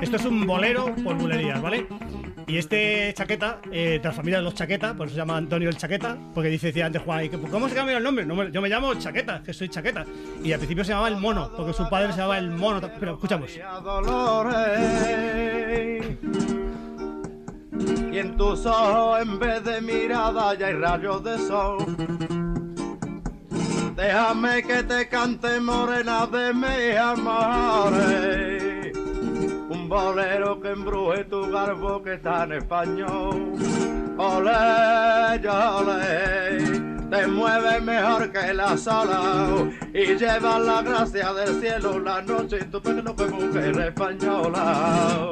Esto es un bolero por bulerías, ¿vale? Y este chaqueta, eh, de la familia de los chaquetas, por eso se llama Antonio el Chaqueta, porque dice, decía antes Juan, ¿y qué- ¿cómo se cambia el nombre? No me- yo me llamo Chaqueta, que soy Chaqueta. Y al principio se llamaba el mono, porque su padre se llamaba el mono. Pero escuchamos. Dolores. Y en tus ojos, en vez de mirada, ya hay rayos de sol. Déjame que te cante morena de mis amores. Un bolero que embruje tu garbo que está en español. Olé, olé, te mueve mejor que la sola y lleva la gracia del cielo la noche en tu pequeño que mujer española.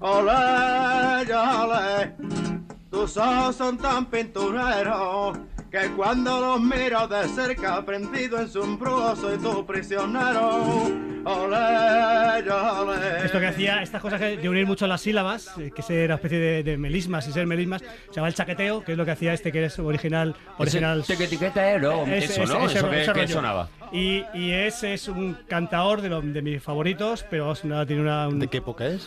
Olé, olé, tus ojos son tan pintureros que cuando los miro de cerca, prendido en su embrujo, soy tu prisionero. Olé, olé. Esto que hacía, estas cosas que- de unir mucho las sílabas, eh, que ser una especie de, de melismas y ser melismas, se llama el chaqueteo, que es lo que hacía este que es original. original Ese tequetiquetero, Ese- eso, ¿no? ese- ese Eso ro- que- ese que rollo. sonaba. Y, y ese es un cantador de, lo- de mis favoritos, pero es una- tiene una... ¿De qué época es?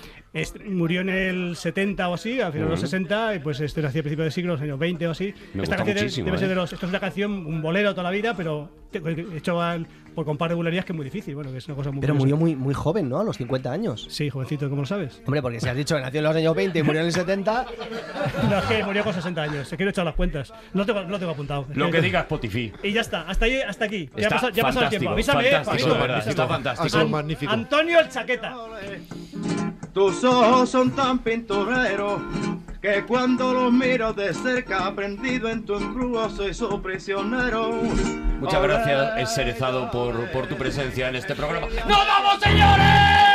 murió en el 70 o así, al final de los Ujú. 60, y pues esto nació a principios del siglo, los años 20 o así. Me gusta Esta canción es- muchísimo, debe ser ¿eh? de los... Esto es una canción, un bolero toda la vida, pero te- hecho al- por compar de bulerías que es muy difícil, bueno, que es una cosa muy Pero curiosa. murió muy, muy joven, ¿no? A los 50 años. Sí, jovencito, ¿cómo lo sabes? Hombre, porque si has dicho que nació en los años 20 y murió en el 70, No, es que murió con 60 años, se quiero echar las cuentas. No tengo, no tengo apuntado. Lo que diga Spotify. Y ya está, hasta, ahí, hasta aquí. Ya ha Está pasado, ya ha pasado el tiempo. fantástico, Avísame, eh, fantástico, avísame, de verdad, avísame. está fantástico. Ah, Ha sido magnífico. Antonio el Chaqueta. Tus ojos son tan pintureros que cuando los miro de cerca, prendido en tu embrujo, soy su prisionero. Muchas Olé. gracias, Cerezado, por, por tu presencia en este programa. ¡Nos vamos, señores!